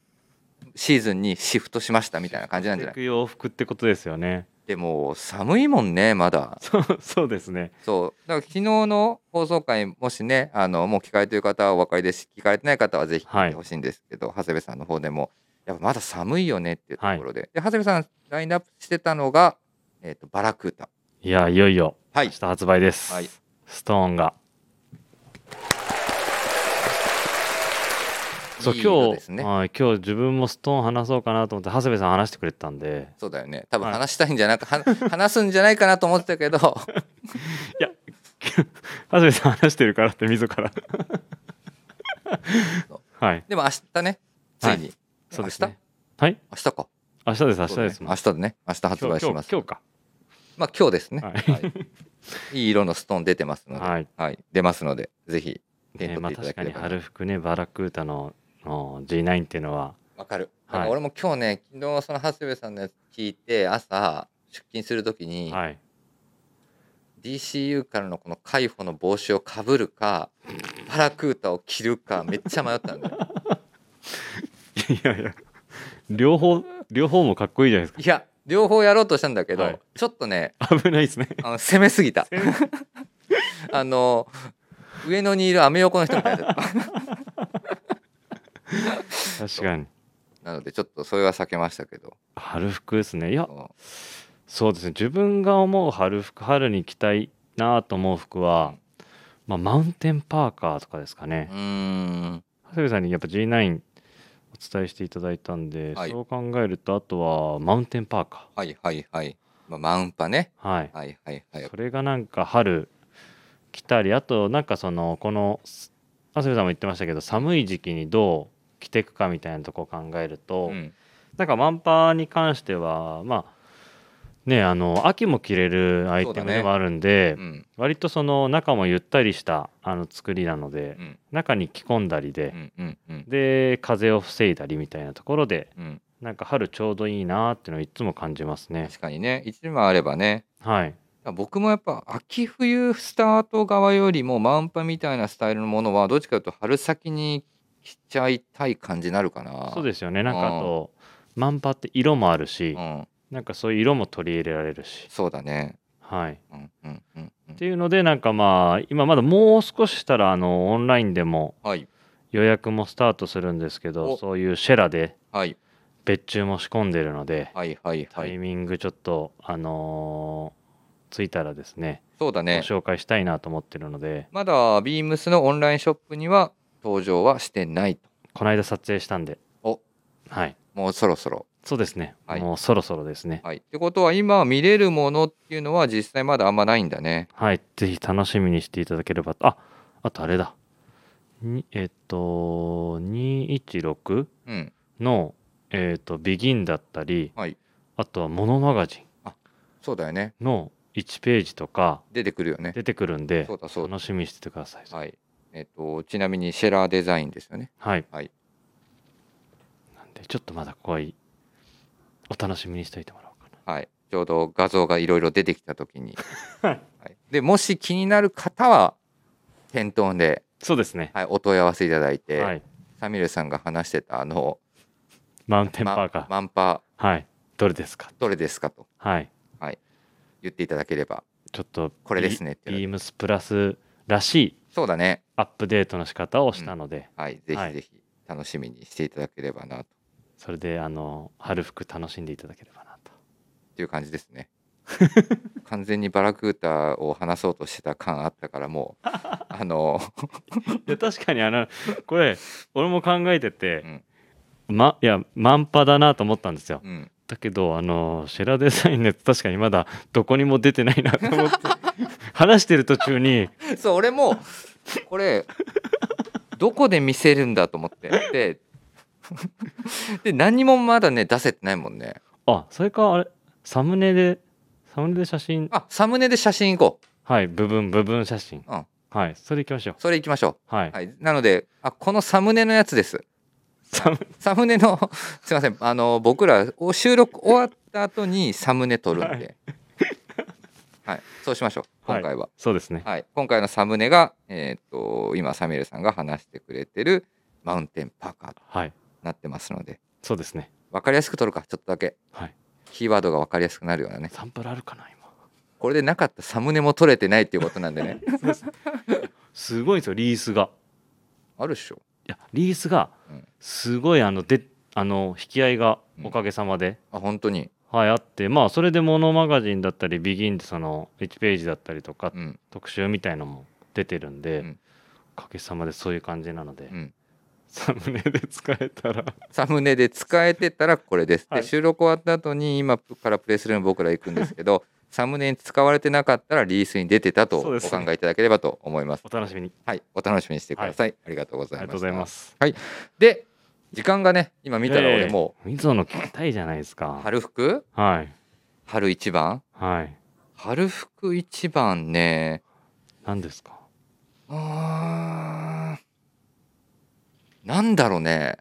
Speaker 1: シーズンにシフトしましたみたいな感じなんじゃ
Speaker 2: 着
Speaker 1: ない
Speaker 2: てく洋服ってことですよね
Speaker 1: でも寒いもんねまだ
Speaker 2: そうそうですね
Speaker 1: そうだから昨日の放送回もしねあのもう聞かれてる方はお分かりですし聞かれてない方はぜひ聞いてほしいんですけど、長谷部さんの方でもやっぱまだ寒いよねっていうところで,、で長谷部さんラインナップしてたのが、えー、とバラクータ
Speaker 2: いやいよいよ
Speaker 1: は
Speaker 2: 明
Speaker 1: い
Speaker 2: 日発売です、
Speaker 1: はい
Speaker 2: ストーンがそう
Speaker 1: いい色
Speaker 2: 今
Speaker 1: です
Speaker 2: 日、
Speaker 1: ね
Speaker 2: はい今日自分もストーン話そうかなと思って長谷部さん話してくれてたんで
Speaker 1: そうだよね多分
Speaker 2: はい
Speaker 1: 話したいんじゃなく、は話すんじゃないかなと思ってたけど
Speaker 2: 長谷部さん話してるからって自ら
Speaker 1: そう
Speaker 2: はい
Speaker 1: でも明日ね、つい
Speaker 2: はい
Speaker 1: に、
Speaker 2: そうですねはい
Speaker 1: 明日か。
Speaker 2: 明日です明日です
Speaker 1: そうね
Speaker 2: も
Speaker 1: 明
Speaker 2: ん
Speaker 1: 日だね。明日発
Speaker 2: 今
Speaker 1: 売
Speaker 2: 日
Speaker 1: し
Speaker 2: 今
Speaker 1: ます
Speaker 2: 日。今日か
Speaker 1: まあ今日ですね。
Speaker 2: はい
Speaker 1: はい、いい色のストーン出てますので、はい、
Speaker 2: はい、
Speaker 1: 出ますので、ぜひ手に
Speaker 2: ね
Speaker 1: 取
Speaker 2: ま
Speaker 1: っ
Speaker 2: あ、
Speaker 1: ていた
Speaker 2: 確
Speaker 1: だ
Speaker 2: か
Speaker 1: けれ
Speaker 2: に
Speaker 1: ばな。
Speaker 2: 春服ねバラクータのの G9 っていうのは
Speaker 1: わかる。
Speaker 2: はい
Speaker 1: なんか俺も今日ね、昨日その長谷部さんのやつ聞いて、朝出勤するときに、
Speaker 2: はい
Speaker 1: DCU からのこの海保の帽子をかぶるか、パラクータを着るか、めっちゃ迷ったんだよ。
Speaker 2: いやいや両方両方もかっこいいじゃないですか
Speaker 1: いや、両方やろうとしたんだけど、
Speaker 2: はい
Speaker 1: ちょっとね、
Speaker 2: 危ないですね。
Speaker 1: あの攻めすぎた。 あの上野にいるアメ横の人みたいだった
Speaker 2: 確かに。
Speaker 1: なのでちょっとそれは避けましたけど、
Speaker 2: 春服ですね。いや
Speaker 1: あ、の
Speaker 2: そうですね。自分が思う春服、春に着たいなと思う服は、まあ、マウンテンパーカーとかですか
Speaker 1: う
Speaker 2: ね。
Speaker 1: ーん
Speaker 2: 長谷部さんにやっぱ G9 お伝えしていただいたんで、
Speaker 1: はい
Speaker 2: そう考えると、あとはマウンテンパーカ
Speaker 1: はいはいはい、まあ、マウンパね
Speaker 2: ー。はい。
Speaker 1: はいはいはい
Speaker 2: それがなんか春着たり、あとなんかその、この、長谷部さんも言ってましたけど、寒い時期にどう着ていくかみたいなとこを考えると、
Speaker 1: うん
Speaker 2: なんかマンパーに関してはまあねあの秋も着れるアイテムでもあるんで、
Speaker 1: うん
Speaker 2: 割とその中もゆったりしたあの作りなので、
Speaker 1: うん
Speaker 2: 中に着込んだりで
Speaker 1: う、んうんうん
Speaker 2: で風を防いだりみたいなところで
Speaker 1: うん
Speaker 2: なんか春ちょうどいいなーっていうのをいつも感じますね
Speaker 1: 確かにね一枚あればね
Speaker 2: はい
Speaker 1: 僕もやっぱ秋冬スタート側よりもマウンパみたいなスタイルのものはどっちかというと春先に着ちゃいたい感じになるかな
Speaker 2: そうですよねなんかあとマンパって色もあるし、
Speaker 1: うん、
Speaker 2: なんかそういう色も取り入れられるし
Speaker 1: そうだね
Speaker 2: はい
Speaker 1: うんうんうんうん
Speaker 2: っていうのでなんかまあ今まだもう少ししたらあのオンラインでも
Speaker 1: はい
Speaker 2: 予約もスタートするんですけ
Speaker 1: お
Speaker 2: どそういうシェラで
Speaker 1: はい
Speaker 2: 別注も仕込んでるので
Speaker 1: はいはいは
Speaker 2: タイ
Speaker 1: い。
Speaker 2: ミングちょっと、あのーついたらですね
Speaker 1: そうだね。
Speaker 2: ご紹介したいなと思ってるので
Speaker 1: まだビームスのオンラインショップには登場はしてないと。
Speaker 2: この間撮影したんで
Speaker 1: お
Speaker 2: はい
Speaker 1: もうそろそろ
Speaker 2: そうですね、
Speaker 1: はい
Speaker 2: もうそろそろですね
Speaker 1: はい。ってことは今見れるものっていうのは実際まだあんまないんだね。
Speaker 2: はいぜひ楽しみにしていただければとああとあれだにえっと216
Speaker 1: うん。
Speaker 2: のえっとビギンだったり
Speaker 1: はい。
Speaker 2: あとはモノマガジ
Speaker 1: そうだよね。
Speaker 2: ンの1ページとか
Speaker 1: 出てくるよね。
Speaker 2: 出てくるんで
Speaker 1: そうだそうだ。
Speaker 2: 楽しみにしててください
Speaker 1: はい。えっと、ちなみにシェラーデザインですよね。
Speaker 2: はい。
Speaker 1: はい
Speaker 2: なんで、ちょっとまだ怖い。お楽しみにしておいてもらおうか
Speaker 1: はい。ちょうど画像がいろいろ出てきたと きに。はい。で、もし気になる方は、店頭で、
Speaker 2: な。そうですね。
Speaker 1: はい、お問い合わせいただいて、
Speaker 2: はい。
Speaker 1: サミュエルさんが話してたあの、
Speaker 2: マウンテンパ
Speaker 1: ま
Speaker 2: ーカー。
Speaker 1: マンパ
Speaker 2: はい。どれですか
Speaker 1: どれですかと
Speaker 2: はい。
Speaker 1: 言っていただければ、
Speaker 2: ちょっと、
Speaker 1: これですねってい
Speaker 2: ビ
Speaker 1: う
Speaker 2: ビームスプラスらしい
Speaker 1: そうだね。
Speaker 2: アップデートの仕方をしたので、
Speaker 1: はい。ぜ
Speaker 2: は
Speaker 1: ひ
Speaker 2: い
Speaker 1: ぜひ楽しみにしていただければなと。
Speaker 2: それで、あの、春服楽しんでいただければなと。
Speaker 1: っていう感じですね完全にバラクータを話そうとしてた感あったからも うあの
Speaker 2: いや、確かに、あの、これ、俺も考えてて、
Speaker 1: うん
Speaker 2: ま、いや、マンパだなと思ったんですよ。
Speaker 1: うん
Speaker 2: だけどあのシェラデザインのやつ確かにまだどこにも出てないなと思って 話してる途中に
Speaker 1: そう俺もこれどこで見せるんだと思ってでで何もまだね出せてないもんね
Speaker 2: あそれかあれサムネでサムネで写真
Speaker 1: あサムネで写真行こ
Speaker 2: はい部分部分写真、
Speaker 1: うん
Speaker 2: はいそれいきましょう
Speaker 1: うそれ行きましょ
Speaker 2: はい、
Speaker 1: う、はい、なのであこのサムネのやつです
Speaker 2: サム
Speaker 1: サムネの すいませんあの僕らお収録終わった後にサムネ撮るんで、はい、そうしましょう今回は。
Speaker 2: そうですね
Speaker 1: はい、今回のサムネが、えー、と今サミュエルさんが話してくれてるマウンテンパーカーと
Speaker 2: はい
Speaker 1: なってますので
Speaker 2: そうですね
Speaker 1: 分かりやすく撮るかちょっとだけ
Speaker 2: はい
Speaker 1: キーワードが分かりやすくなるようなね
Speaker 2: サンプルあるかな今
Speaker 1: これでなかったサムネも撮れてないっていうことなんでね
Speaker 2: すごいんですよリースが
Speaker 1: あるっしょ
Speaker 2: いやリースが
Speaker 1: うん
Speaker 2: すごいあのであの引き合いがおかげさまで、
Speaker 1: あ本当に
Speaker 2: はいあってまあそれでモノマガジンだったりビギンでその1ページだったりとか
Speaker 1: うん
Speaker 2: 特集みたいのも出てるんで、
Speaker 1: うん
Speaker 2: おかげさまでそういう感じなので、
Speaker 1: うん
Speaker 2: サムネで使えたら
Speaker 1: サムネで使えてたらこれです、
Speaker 2: はい
Speaker 1: で収録終わった後に今からプレイするの僕ら行くんですけど サムネに使われてなかったらリリースに出てたとお
Speaker 2: そう
Speaker 1: 考
Speaker 2: ですね
Speaker 1: えいただければと思います
Speaker 2: お楽しみに
Speaker 1: はいお楽しみにしてください、ありがとうござ
Speaker 2: あ
Speaker 1: い
Speaker 2: り
Speaker 1: ました
Speaker 2: がとうございます
Speaker 1: で時間がね今見たら俺もう、
Speaker 2: 溝野聞きたいじゃないですか
Speaker 1: 春服
Speaker 2: はい
Speaker 1: 春一番
Speaker 2: はい
Speaker 1: 春服一番ね
Speaker 2: 何ですか
Speaker 1: うーんなんだろうね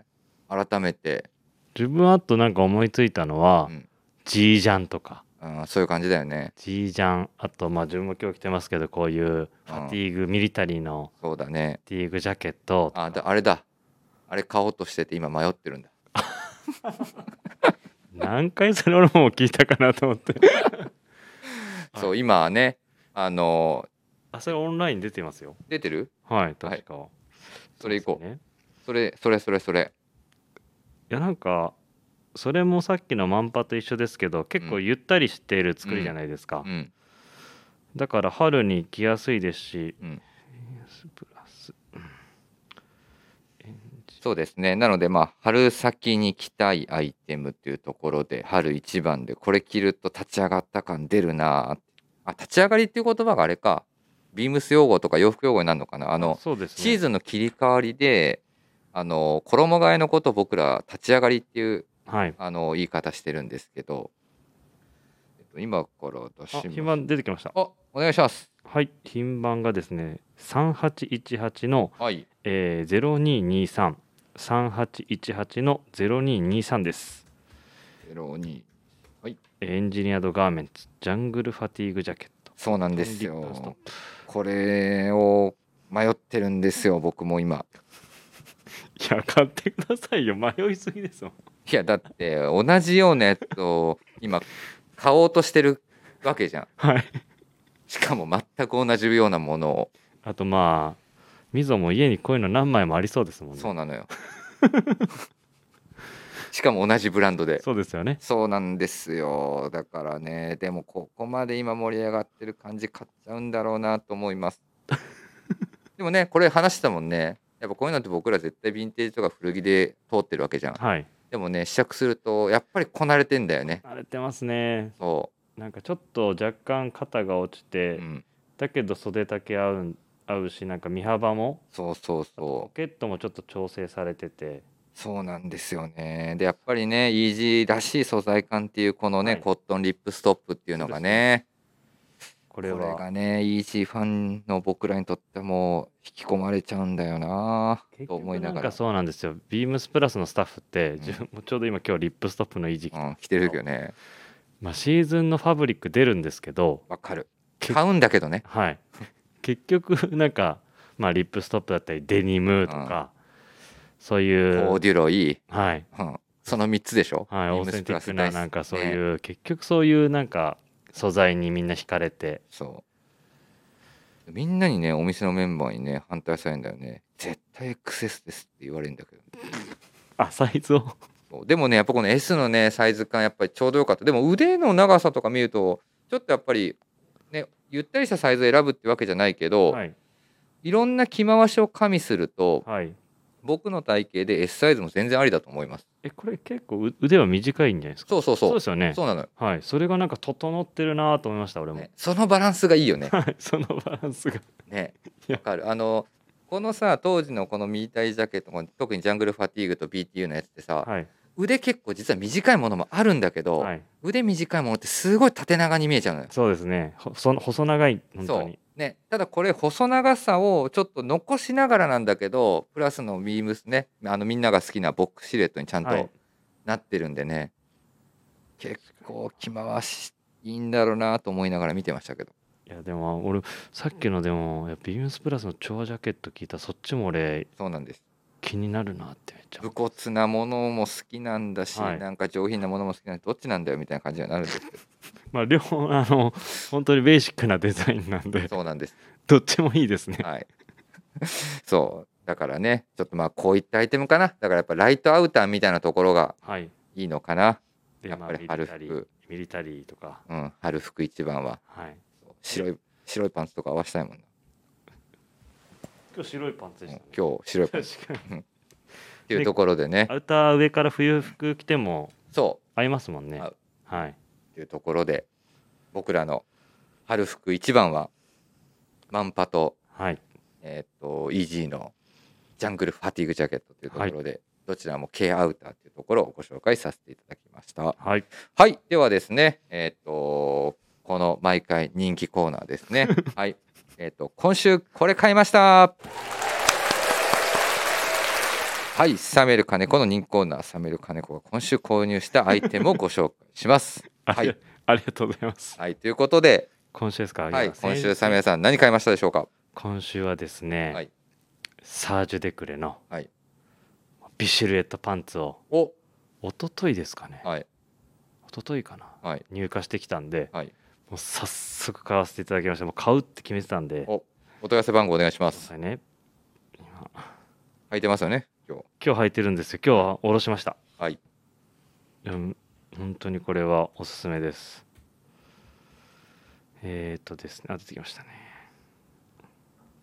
Speaker 1: 改めて、
Speaker 2: 自分あとなんか思いついたのは
Speaker 1: うん
Speaker 2: 「ジージャン」とか
Speaker 1: うん、そういう感じだよね
Speaker 2: 「ジージャン」あとまあ自分も今日着てますけどこういうファティーグミリタリーの
Speaker 1: そうだね
Speaker 2: ファティーグジャケット
Speaker 1: あだあれだあれ買おうとしてて今迷ってるんだ
Speaker 2: 何回それ俺も聞いたかなと思って
Speaker 1: そう今はねあの
Speaker 2: あそれオンライン出てますよ
Speaker 1: 出てる
Speaker 2: はい確か、
Speaker 1: それ行こう
Speaker 2: うですね
Speaker 1: それそれそれそれ
Speaker 2: いやなんかそれもさっきのマンパと一緒ですけど結構ゆったりしている作りじゃないですか、
Speaker 1: うん
Speaker 2: だから春に着やすいですし、
Speaker 1: うん
Speaker 2: プラス
Speaker 1: そうですねなのでまあ春先に着たいアイテムっていうところで春一番でこれ着ると立ち上がった感出るなああ立ち上がりっていう言葉があれかビームス用語とか洋服用語になるのかなあの
Speaker 2: そうですね
Speaker 1: シーズンの切り替わりであの衣替えのことを僕ら立ち上がりっていう
Speaker 2: はい
Speaker 1: あの言い方してるんですけど、えっと、今から出
Speaker 2: あ
Speaker 1: し
Speaker 2: 品
Speaker 1: ます
Speaker 2: 番出てきました
Speaker 1: あお願いします
Speaker 2: はい品番がですね3818の、
Speaker 1: はい
Speaker 2: えー、02233818の0223です
Speaker 1: 02
Speaker 2: エンジニアドガーメンツジャングルファティーグジャケット
Speaker 1: そうなんです
Speaker 2: リップスト
Speaker 1: よ
Speaker 2: ップ
Speaker 1: これを迷ってるんですよ僕も今
Speaker 2: いや買ってくださいよ迷いすぎですもん
Speaker 1: いやだって同じようなやつを今買おうとしてるわけじゃん
Speaker 2: はい
Speaker 1: しかも全く同じようなものを
Speaker 2: あとまあみぞも家にこういうの何枚もありそうですもんね
Speaker 1: そうなのよ しかも同じブランドで
Speaker 2: そうですよね
Speaker 1: そうなんですよだからねでもここまで今盛り上がってる感じ買っちゃうんだろうなと思います でもねこれ話してたもんねやっぱこういうのって僕ら絶対ヴィンテージとか古着で通ってるわけじゃん
Speaker 2: はい
Speaker 1: でもね試着するとやっぱりこなれてんだよね
Speaker 2: 荒れてますね
Speaker 1: そ
Speaker 2: なんかちょっと若干肩が落ちて、
Speaker 1: う、うん、
Speaker 2: だけど袖丈合うん合うしなんか身幅も
Speaker 1: そうそう
Speaker 2: ポ
Speaker 1: そう
Speaker 2: ケットもちょっと調整されてて
Speaker 1: そうなんですよねでやっぱりねイージーらしい素材感っていうこのね、
Speaker 2: はい
Speaker 1: コットンリップストップっていうのがね
Speaker 2: こ
Speaker 1: これ
Speaker 2: れは
Speaker 1: がねイージーファンの僕らにとっても引き込まれちゃうんだよな
Speaker 2: 結
Speaker 1: と思
Speaker 2: 局
Speaker 1: い
Speaker 2: な
Speaker 1: なんが
Speaker 2: からそうなんですよビームスプラスのスタッフって、自分もちょうど今今日リップストップの維持、
Speaker 1: うん、着てるよね
Speaker 2: まあ、シーズンのファブリック出るんですけど
Speaker 1: わかる
Speaker 2: 結
Speaker 1: 買うんだけどね
Speaker 2: はい 結局なんか、まあ、リップストップだったりデニムとか、そう
Speaker 1: コ
Speaker 2: い
Speaker 1: ー
Speaker 2: う
Speaker 1: デュロイ、
Speaker 2: はい
Speaker 1: うん、その3つでしょ
Speaker 2: はい、
Speaker 1: ビ
Speaker 2: オ
Speaker 1: ー
Speaker 2: ー
Speaker 1: ム
Speaker 2: セ
Speaker 1: ス
Speaker 2: ン
Speaker 1: プ
Speaker 2: ティ
Speaker 1: ラ
Speaker 2: ック
Speaker 1: ス
Speaker 2: な
Speaker 1: 大好き
Speaker 2: なんかそう
Speaker 1: ね
Speaker 2: いう、結局そういうなんか素材にみんな惹かれて
Speaker 1: そうみんなにねお店のメンバーにね反対されるんだよね絶対 XS ですって言われるんだけど
Speaker 2: あサイズを
Speaker 1: そうでもねやっぱこの S のねサイズ感やっぱりちょうどよかったでも腕の長さとか見るとちょっとやっぱりねゆったりしたサイズを選ぶってわけじゃないけど、、
Speaker 2: はいい
Speaker 1: ろんな着回しを加味すると
Speaker 2: はい
Speaker 1: 僕の体型で S サイズも全然ありだと思います
Speaker 2: えこれ結構う腕は短いんじゃないですか
Speaker 1: そうそうそう
Speaker 2: そうですよね
Speaker 1: そうなのよ、
Speaker 2: はいそれがなんか整ってるなと思いました俺も、
Speaker 1: ねそのバランスがいいよ ね
Speaker 2: はいそのバランスが
Speaker 1: ね
Speaker 2: いや
Speaker 1: わかるあのこのさ当時のこのミータイジャケットも特にジャングルファティーグと BTU のやつってさ、
Speaker 2: はい
Speaker 1: 腕結構実は短いものもあるんだけど、
Speaker 2: はい
Speaker 1: 腕短いものってすごい縦長に見えちゃうのよ。
Speaker 2: そうですねほその細長い本当
Speaker 1: そう
Speaker 2: に
Speaker 1: ね、ただこれ細長さをちょっと残しながらなんだけどプラスのビームスねあのみんなが好きなボックスシルエットにちゃん
Speaker 2: はい
Speaker 1: となってるんでね、結構着回しいいんだろうなと思いながら見てましたけど
Speaker 2: いやでも俺さっきのでもいやビームスプラスの超ジャケット聞いたそっちも俺
Speaker 1: そうなんです
Speaker 2: 気になるなってめっちゃ
Speaker 1: 武骨なものも好きなんだし、
Speaker 2: はい
Speaker 1: なんか上品なものも好きなんでどっちなんだよみたいな感じにはなるん ですけ
Speaker 2: まあ両方あの本当にベーシックなデザインなんで
Speaker 1: どそうなんです
Speaker 2: どっちもいいですね
Speaker 1: はい。 そう。だからね、ちょっとまあこういったアイテムかな。だからやっぱライトアウターみたいなところが
Speaker 2: はい
Speaker 1: いいのかな。
Speaker 2: で
Speaker 1: やっ
Speaker 2: まあ
Speaker 1: ぱり春
Speaker 2: ミリタリー
Speaker 1: 服
Speaker 2: ミリタリーとか
Speaker 1: うん、春服一番は。
Speaker 2: はい
Speaker 1: 白い、白いパンツとか合わせたいもんな。
Speaker 2: 今日白いパンツで
Speaker 1: うん
Speaker 2: し
Speaker 1: 今日白い
Speaker 2: た
Speaker 1: パン
Speaker 2: ね
Speaker 1: ツ
Speaker 2: 確かに
Speaker 1: っていうところでね
Speaker 2: ア。ウター上から冬服着ても
Speaker 1: そ
Speaker 2: 合いますもんね
Speaker 1: 合う。
Speaker 2: はいう
Speaker 1: っていうところで、僕らの春服一番は、マンパと、
Speaker 2: はい
Speaker 1: えっ、と、イージーのジャングルファティーグジャケットというところで、どちらも K アウターというところをご紹介させていただきました。
Speaker 2: はい
Speaker 1: はい、ではですね、えっ、と、この毎回人気コーナーです ね。はい、えっ、と、今週これ買いました。はい、サメル金子の人気コーナー、サメル金子が今週購入したアイテムをご紹介し ます。
Speaker 2: あ
Speaker 1: は
Speaker 2: り
Speaker 1: い、
Speaker 2: ありがとうございます
Speaker 1: はい、ということで、
Speaker 2: 今週ですか
Speaker 1: はい、
Speaker 2: 先
Speaker 1: 今週サメルさん何買いましたでしょうか。
Speaker 2: 今週はです
Speaker 1: は
Speaker 2: ね
Speaker 1: い、
Speaker 2: サージュデクレの
Speaker 1: はい
Speaker 2: ビシルエットパンツを
Speaker 1: お、
Speaker 2: 一昨日ですかね
Speaker 1: はい、
Speaker 2: 一昨日かな
Speaker 1: はい、
Speaker 2: 入荷してきたんで
Speaker 1: はい、
Speaker 2: もう早速買わせていただきましたもう買うって決めてたんで
Speaker 1: お、お問い合わせ番号お願いしま
Speaker 2: くだ
Speaker 1: す。
Speaker 2: さいね今
Speaker 1: 入ってますよね、今日。
Speaker 2: 今日履いてるんですよ今日は下ろしました
Speaker 1: はい、
Speaker 2: うん本当にこれはおすすめですえっ、ー、とですねあ出てきましたね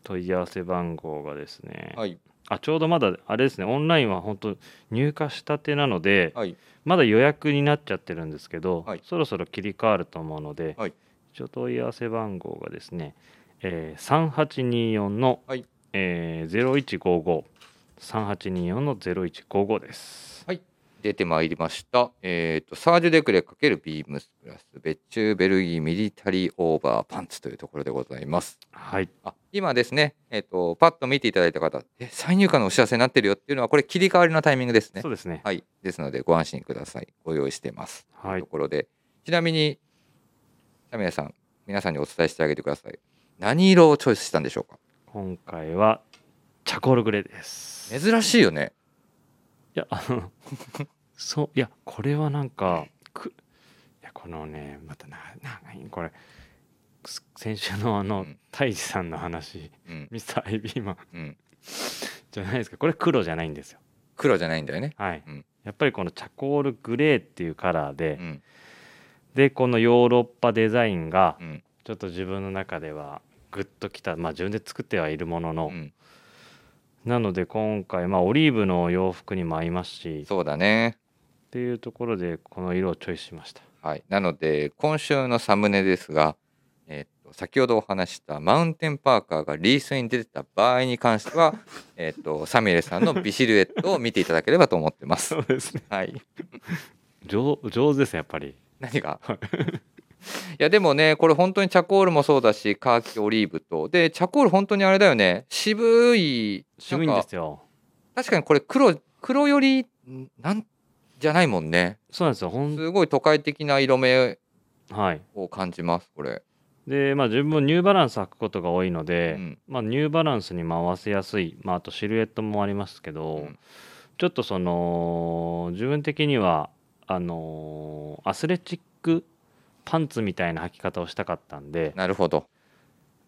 Speaker 2: 問い合わせ番号がですね、
Speaker 1: はい、
Speaker 2: あちょうどまだあれですねオンラインは本当入荷したてなので、
Speaker 1: はい、
Speaker 2: まだ予約になっちゃってるんですけど、
Speaker 1: はい
Speaker 2: そろそろ切り替わると思うので、
Speaker 1: はい
Speaker 2: 一応問い合わせ番号がですね、えー、3824の、
Speaker 1: はい
Speaker 2: えー、01553824の0155です。
Speaker 1: 出てまいりました、えー、とサージュ・デクレ×ビームスプラス別注ベルギーミリタリーオーバーパンツというところでございます
Speaker 2: はい、
Speaker 1: あ今ですね、えー、とパッと見ていただいた方え再入荷のお知らせになってるよっていうのはこれ切り替わりのタイミングですね
Speaker 2: そうですね。
Speaker 1: はいですのでご安心くださいご用意してます、
Speaker 2: はい
Speaker 1: ところでちなみにキャメラさん皆さんにお伝えしてあげてください何色をチョイスしたんでしょうか
Speaker 2: 今回はチャコールグレーです。い
Speaker 1: 珍しいよね
Speaker 2: や、あの そういやこれはなんかくいやこのねまたななんこれす先週のあ
Speaker 1: う
Speaker 2: の
Speaker 1: ん
Speaker 2: 太一さんの話、
Speaker 1: うん、
Speaker 2: ミスターアイビーマン
Speaker 1: うん、
Speaker 2: じゃないですかこれ黒じゃないんですよ
Speaker 1: 黒じゃないんだよね
Speaker 2: はい、
Speaker 1: うん
Speaker 2: やっぱりこのチャコールグレーっていうカラーで、
Speaker 1: うん
Speaker 2: でこのヨーロッパデザインが
Speaker 1: うん
Speaker 2: ちょっと自分の中ではグッときたまあ自分で作ってはいるものの、
Speaker 1: うん
Speaker 2: なので今回まあオリーブの洋服にも合いますし
Speaker 1: そうだね
Speaker 2: っていうところでこの色をチョイスしました
Speaker 1: はい、なので今週のサムネですが、えっと先ほどお話したマウンテンパーカーがリースに出てた場合に関して はえっとサミレさんの美シルエットを見ていただければと思ってます。
Speaker 2: うですね
Speaker 1: はい、
Speaker 2: 上上手ですねやっぱり
Speaker 1: 何がいやでもねこれ本当にチャコールもそうだしカーキオリーブとでチャコール本当にあれだよね渋い
Speaker 2: 渋いんで
Speaker 1: なんか
Speaker 2: すよ
Speaker 1: 確かにこれ黒黒よりんなんじゃないもんね
Speaker 2: そうなんですよほん
Speaker 1: すごい都会的な色目
Speaker 2: はい
Speaker 1: を感じますこれ。
Speaker 2: でまあ自分もニューバランス履くことが多いの
Speaker 1: う
Speaker 2: で、
Speaker 1: ん、
Speaker 2: まあ、ニューバランスにも合わせやすい、まあ、あとシルエットもありますけど、
Speaker 1: うん
Speaker 2: ちょっとその自分的にはあのーアスレチックパンツみたいな履き方をしたかったんで
Speaker 1: なるほど。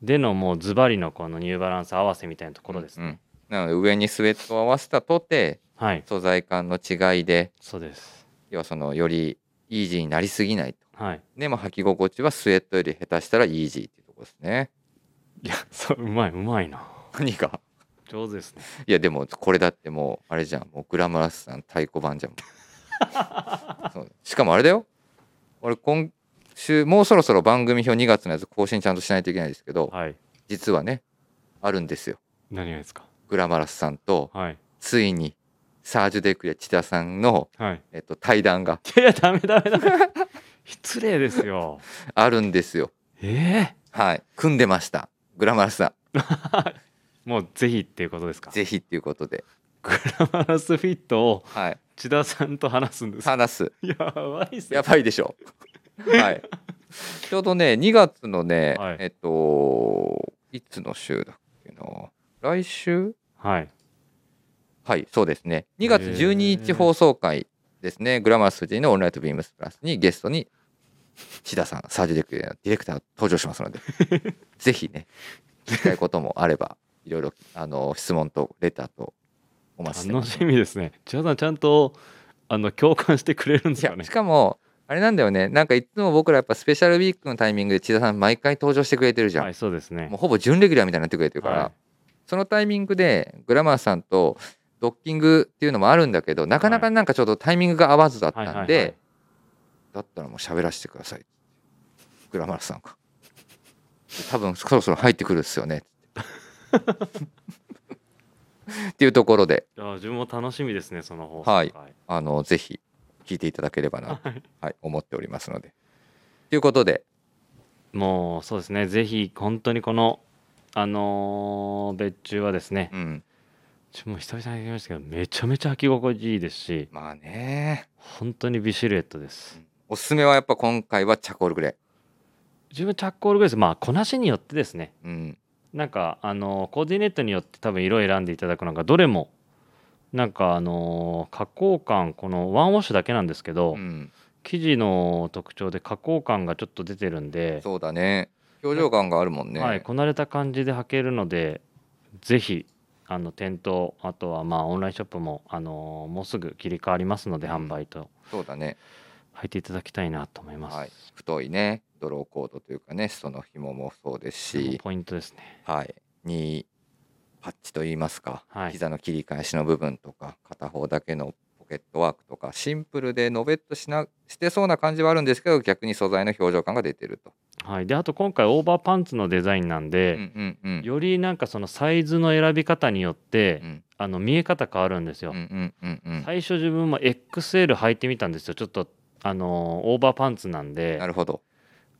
Speaker 2: でのもうズバリのこのニューバランス合わせみたいなところですね、
Speaker 1: うんなので上にスウェットを合わせたとて
Speaker 2: はい
Speaker 1: 素材感の違いで
Speaker 2: そうです
Speaker 1: 要はそのよりイージーになりすぎないと
Speaker 2: はい
Speaker 1: でも履き心地はスウェットより下手したらイージーっていうところです ね
Speaker 2: いやそううまいうまいな
Speaker 1: 何が
Speaker 2: 上手ですね
Speaker 1: いやでもこれだってもうあれじゃんもうグラマラスさん太鼓判じゃんそうしかもあれだよ俺今週もうそろそろ番組表2月のやつ更新ちゃんとしないといけないですけど
Speaker 2: はい
Speaker 1: 実はねあるんですよ
Speaker 2: 何がですか
Speaker 1: グラマラスさんと
Speaker 2: はい
Speaker 1: ついにサージュ・デクや千田さんの、
Speaker 2: はい
Speaker 1: えっと、対談が
Speaker 2: いやダメ ダメダメ失礼ですよ
Speaker 1: あるんですよ。
Speaker 2: ええ
Speaker 1: はい。組んでました。グラマラスさ
Speaker 2: もうぜひっていうことですか
Speaker 1: ん、ぜひっていうことで。
Speaker 2: マラスフィットを
Speaker 1: はい。
Speaker 2: 千田さんと話すんです
Speaker 1: 話す。
Speaker 2: やばいっす
Speaker 1: や
Speaker 2: ね
Speaker 1: ばいでしょ。はい。ちょうどね、2月のね、
Speaker 2: はい
Speaker 1: えっと、いつの週だっけな。来週
Speaker 2: はい
Speaker 1: はい、そうですね。2月
Speaker 2: へー
Speaker 1: 12日放送回ですね。グラマラス藤井のオンライトビームスプラスにゲストに、志田さん、サージュディレクターディレクター登場しますの で、ぜひね、聞きたいこともあれば、いろいろ、あの、質問とレターとお待ちしてま
Speaker 2: 楽
Speaker 1: す。
Speaker 2: しみですね千田さんちゃんとあの共感してくれるんで
Speaker 1: い
Speaker 2: すよ
Speaker 1: や
Speaker 2: ね
Speaker 1: しかもあれなんだよねなんかいつも僕らやっぱスペシャルウィークのタイミングで千田さん毎回登場してくれてるじゃん、
Speaker 2: はいそうですね
Speaker 1: もうほぼ準レギュラーみたいになってくれてるから、
Speaker 2: は
Speaker 1: そのタイミングでグラマーさんとドッキングっていうのもあるんだけどなかなかなんかちょっとタイミングが合わずだっ
Speaker 2: いはい
Speaker 1: た
Speaker 2: は
Speaker 1: ん
Speaker 2: い
Speaker 1: で、だったらもう喋らせてくださいグラマーさんが多分そろそろ入ってくるっすよねっていうところで
Speaker 2: いや自分も楽しみですねその放送
Speaker 1: はい
Speaker 2: 回
Speaker 1: あのぜひ聞いていただければなと、
Speaker 2: は
Speaker 1: はい思っておりますので。ということで、
Speaker 2: もうそうですねぜひ本当にこのあのー別注はですね
Speaker 1: うん、
Speaker 2: ちょもう久々に言いましたけどめちゃめちゃ履き心地いいですし
Speaker 1: まあね
Speaker 2: 本当に美シルエットです
Speaker 1: おすすめはやっぱ今回はチャコールグレ
Speaker 2: 自分チャッコールグレースまあこなしによってですね
Speaker 1: ー、うん、
Speaker 2: なんかあのコーディネートによって多分色を選んでいただくのがどれもなんかあの加工感このワンウォッシュだけなんですけど、
Speaker 1: うん、
Speaker 2: 生地の特徴で加工感がちょっと出てるんで、
Speaker 1: そうだね表情感があるもんね、
Speaker 2: はい、こなれた感じで履けるのでぜひあの店頭あとはまあオンラインショップもあのもうすぐ切り替わりますので
Speaker 1: うん
Speaker 2: 販売と
Speaker 1: そうだね、
Speaker 2: 履いていただきたいなと思います、
Speaker 1: はい、太いねドローコードというかねストの紐もそうです
Speaker 2: これも
Speaker 1: し、
Speaker 2: ポイントですね
Speaker 1: はい、にパッチといいますか、
Speaker 2: はい
Speaker 1: 膝の切り返しの部分とか片方だけのポケットワークとかシンプルでのべっとしなしてそうな感じはあるんですけど逆に素材の表情感が出てると。
Speaker 2: はいであと今回オーバーパンツのデザインなん
Speaker 1: う
Speaker 2: で、
Speaker 1: んうんうん
Speaker 2: よりなんかそのサイズの選び方によって、
Speaker 1: うん
Speaker 2: あの見え方変わるんですよ、
Speaker 1: うんうんうんうん
Speaker 2: 最初自分も XL 履いてみたんですよちょっとあのーオーバーパンツなん
Speaker 1: な
Speaker 2: で
Speaker 1: るほど。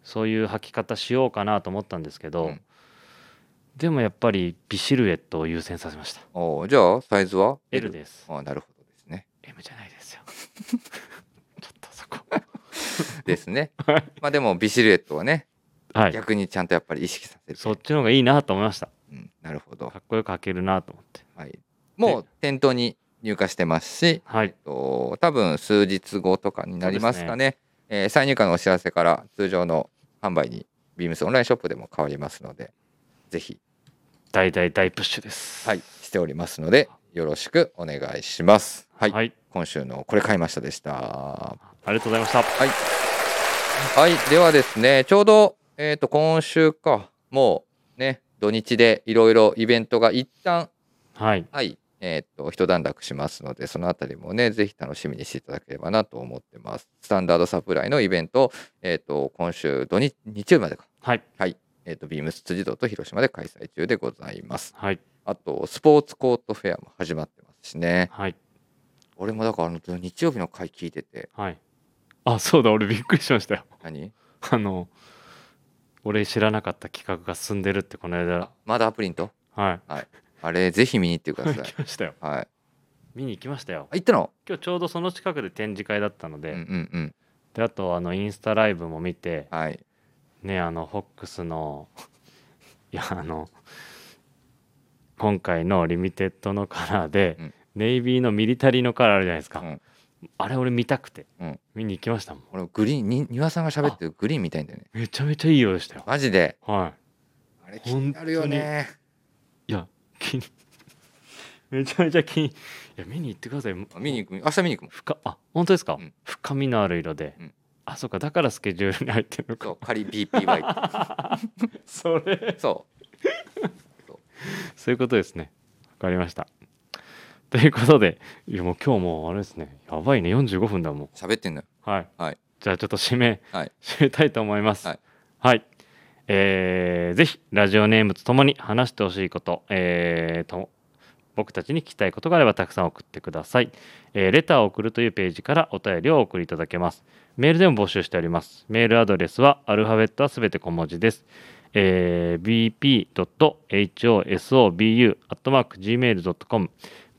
Speaker 2: そういう履き方しようかなと思ったんですけど、
Speaker 1: うん
Speaker 2: でもやっぱり美シルエットを優先させました
Speaker 1: おーじゃあサイズは
Speaker 2: L です
Speaker 1: あーなるほどです ね。
Speaker 2: M じゃな いですよちょっとそこ
Speaker 1: ですね。まあでもビシルエットはね
Speaker 2: はい
Speaker 1: 逆にちゃんとやっぱり意識させて。
Speaker 2: そっちの方がいいなと思いました
Speaker 1: うん、なるほど
Speaker 2: か。っこよく履けるなと思って
Speaker 1: はい、もう店頭に入荷してますし、
Speaker 2: はい
Speaker 1: と多分数日後とかになりますかねえー再入荷のお知らせから通常の販売にビームスオンラインショップでも変わりますのでぜひ、
Speaker 2: 大大大プッシュです
Speaker 1: はい、しておりますのでよろしくお願いします。はい、
Speaker 2: はい、
Speaker 1: 今週のこれ買いましたでした。
Speaker 2: ありがとうございました
Speaker 1: はい、ではですね、ちょうど、えっ、と、今週か、もうね、土日でいろいろイベントが一旦、
Speaker 2: はい
Speaker 1: はい、えーっと、一段落しますので、そのあたりもね、ぜひ楽しみにしていただければなと思ってます。スタンダードサプライのイベント、えーっと、今週土日、日曜日までか。
Speaker 2: はい。
Speaker 1: はい。えーっと、ビームス辻堂と広島で開催中でございます。
Speaker 2: はい。
Speaker 1: あと、スポーツコートフェアも始まってますしね。
Speaker 2: はい。
Speaker 1: 俺もだから、あの、日曜日の回聞いてて、
Speaker 2: はい。あ、そうだ、俺びっくりしましたよ。
Speaker 1: 何
Speaker 2: あの、俺知らなかった企画が進んでるって、この間、
Speaker 1: まだアプリント
Speaker 2: はい。
Speaker 1: あれ、ぜひ見に行ってください
Speaker 2: 行。きましたよ。
Speaker 1: はい。
Speaker 2: 見に行きましたよ
Speaker 1: あ。行ったの
Speaker 2: 今日ちょうどその近くで展示会だったの
Speaker 1: うん
Speaker 2: で、
Speaker 1: うんうん。
Speaker 2: で、あと、あの、インスタライブも見て、
Speaker 1: はい。
Speaker 2: ね、あの、フォックスの、いや、あの、今回のリミテッドのカラーで、
Speaker 1: うん
Speaker 2: ネイビーのミリタリーのカラーあるじゃないですか。
Speaker 1: うん
Speaker 2: あれ、俺見たくて、
Speaker 1: うん
Speaker 2: 見に行きましたもん。
Speaker 1: 俺、グリーン、に庭さんが喋ってるグリーンみたいんだよね。
Speaker 2: めちゃめちゃいい色でしたよ。
Speaker 1: マジで。
Speaker 2: は
Speaker 1: あ
Speaker 2: い。
Speaker 1: れ気になるよね。
Speaker 2: いや、気に めちゃめちゃ気に。いや、見に行ってください。
Speaker 1: あ見に行く、明日見に行くもん。
Speaker 2: 深あ本当ですか、
Speaker 1: うん
Speaker 2: 深みのある色で。
Speaker 1: うん
Speaker 2: あ、そうか、だからスケジュールに入ってるの
Speaker 1: そ
Speaker 2: か
Speaker 1: う、。仮 BPY っ
Speaker 2: それ。
Speaker 1: て。そう。
Speaker 2: そういうことですね。わかりました。ということで、いやもう今日もうあれですね、やばいね、45分だもん。
Speaker 1: 喋ってんのよ。
Speaker 2: はい。
Speaker 1: はい
Speaker 2: じゃあちょっと締め、
Speaker 1: はい
Speaker 2: 締めたいと思います。
Speaker 1: はい
Speaker 2: はいえーぜひ、ラジオネームとともに話してほしいこと、えーと、僕たちに聞きたいことがあればたくさん送ってください。えーレターを送るというページからお便りをお送りいただけます。メールでも募集しております。メールアドレスはアルファベットはすべて小文字です。えー bp.hosobu.gmail.com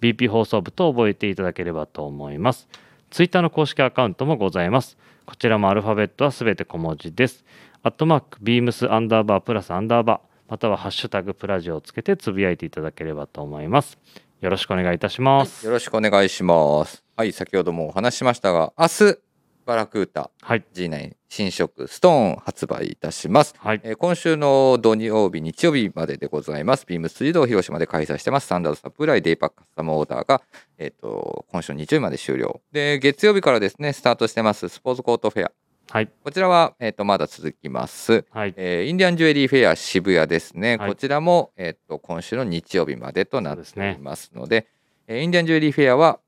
Speaker 2: bp 放送部と覚えていただければと思います。ツイッターの公式アカウントもございます。こちらもアルファベットはすべて小文字です。アットマーク、ビームスアンダーバープラスアンダーバー、またはハッシュタグプラジオをつけてつぶやいていただければと思います。よろしくお願いいたします。
Speaker 1: よろしくお願いします。はい、先ほどもお話ししましたが、明日、バラクータ
Speaker 2: はい。
Speaker 1: G9 新色ストーン発売いたします。
Speaker 2: はい。
Speaker 1: えー今週の土曜日、日曜日まででございます。ビームス水道広島で開催してます。スタンダードサプライデイパックカスタムオーダーが、えっ、と、今週の日曜日まで終了。で、月曜日からですね、スタートしてます、スポーツコートフェア。
Speaker 2: はい。
Speaker 1: こちらは、えっ、と、まだ続きます。
Speaker 2: はい。
Speaker 1: えーインディアンジュエリーフェア渋谷ですね、
Speaker 2: はい
Speaker 1: こちらも、えーっと今週の日曜日までとなって
Speaker 2: そうで
Speaker 1: い
Speaker 2: すね
Speaker 1: ますのでえーインディアンジュエリーフェアは、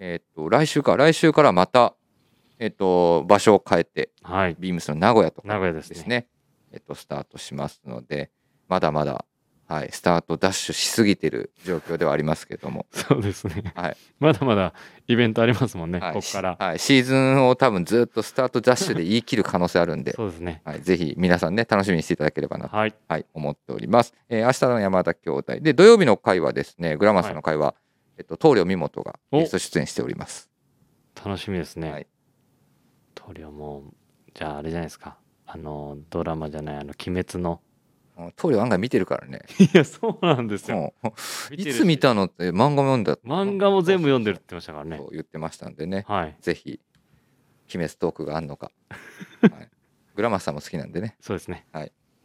Speaker 1: えーっと来週か来週からまた、えーっと場所を変えて
Speaker 2: はい。
Speaker 1: ビームスの名古屋とか
Speaker 2: 名古屋です
Speaker 1: で
Speaker 2: ね。
Speaker 1: すね、えーっとスタートしますのでまだまだ、はい、スタートダッシュしすぎてる状況ではありますけども、
Speaker 2: そうですね。
Speaker 1: はい
Speaker 2: まだまだイベントありますもんね、
Speaker 1: はい
Speaker 2: ここから。
Speaker 1: はい、シーズンを多分ずっとスタートダッシュで言い切る可能性あるんで、
Speaker 2: そうですね。
Speaker 1: はい、ぜひ皆さんね楽しみにしていただければなと
Speaker 2: はい。
Speaker 1: はい、思っております。えー明日の山田兄弟。で、土曜日の回はですね、グラマーさんの回は、えっと、棟梁美本が
Speaker 2: お
Speaker 1: ゲスト出演しております。
Speaker 2: 楽しみですね。
Speaker 1: はい
Speaker 2: 棟梁も、じゃああれじゃないですか。あの、ドラマじゃない、あの、鬼滅 の。
Speaker 1: うん棟梁案外見てるからね。
Speaker 2: いや、そうなんですよ。
Speaker 1: もう、
Speaker 2: 見て
Speaker 1: い
Speaker 2: るし
Speaker 1: つ見たのって漫画も読んだ。
Speaker 2: 漫画も全部読んでるって言ってましたからね
Speaker 1: そ。う言ってましたんでね、
Speaker 2: はい。
Speaker 1: ぜひ、鬼滅トークがあん のか。はいグラマーさんも好きなんでね。
Speaker 2: そうですね。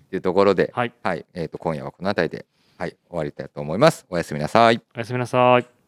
Speaker 1: というところで、
Speaker 2: はい。
Speaker 1: はい、えっ、と、今夜はこの辺りで、はい、終わりたいと思います。おやすみなさい。
Speaker 2: おやすみなさい。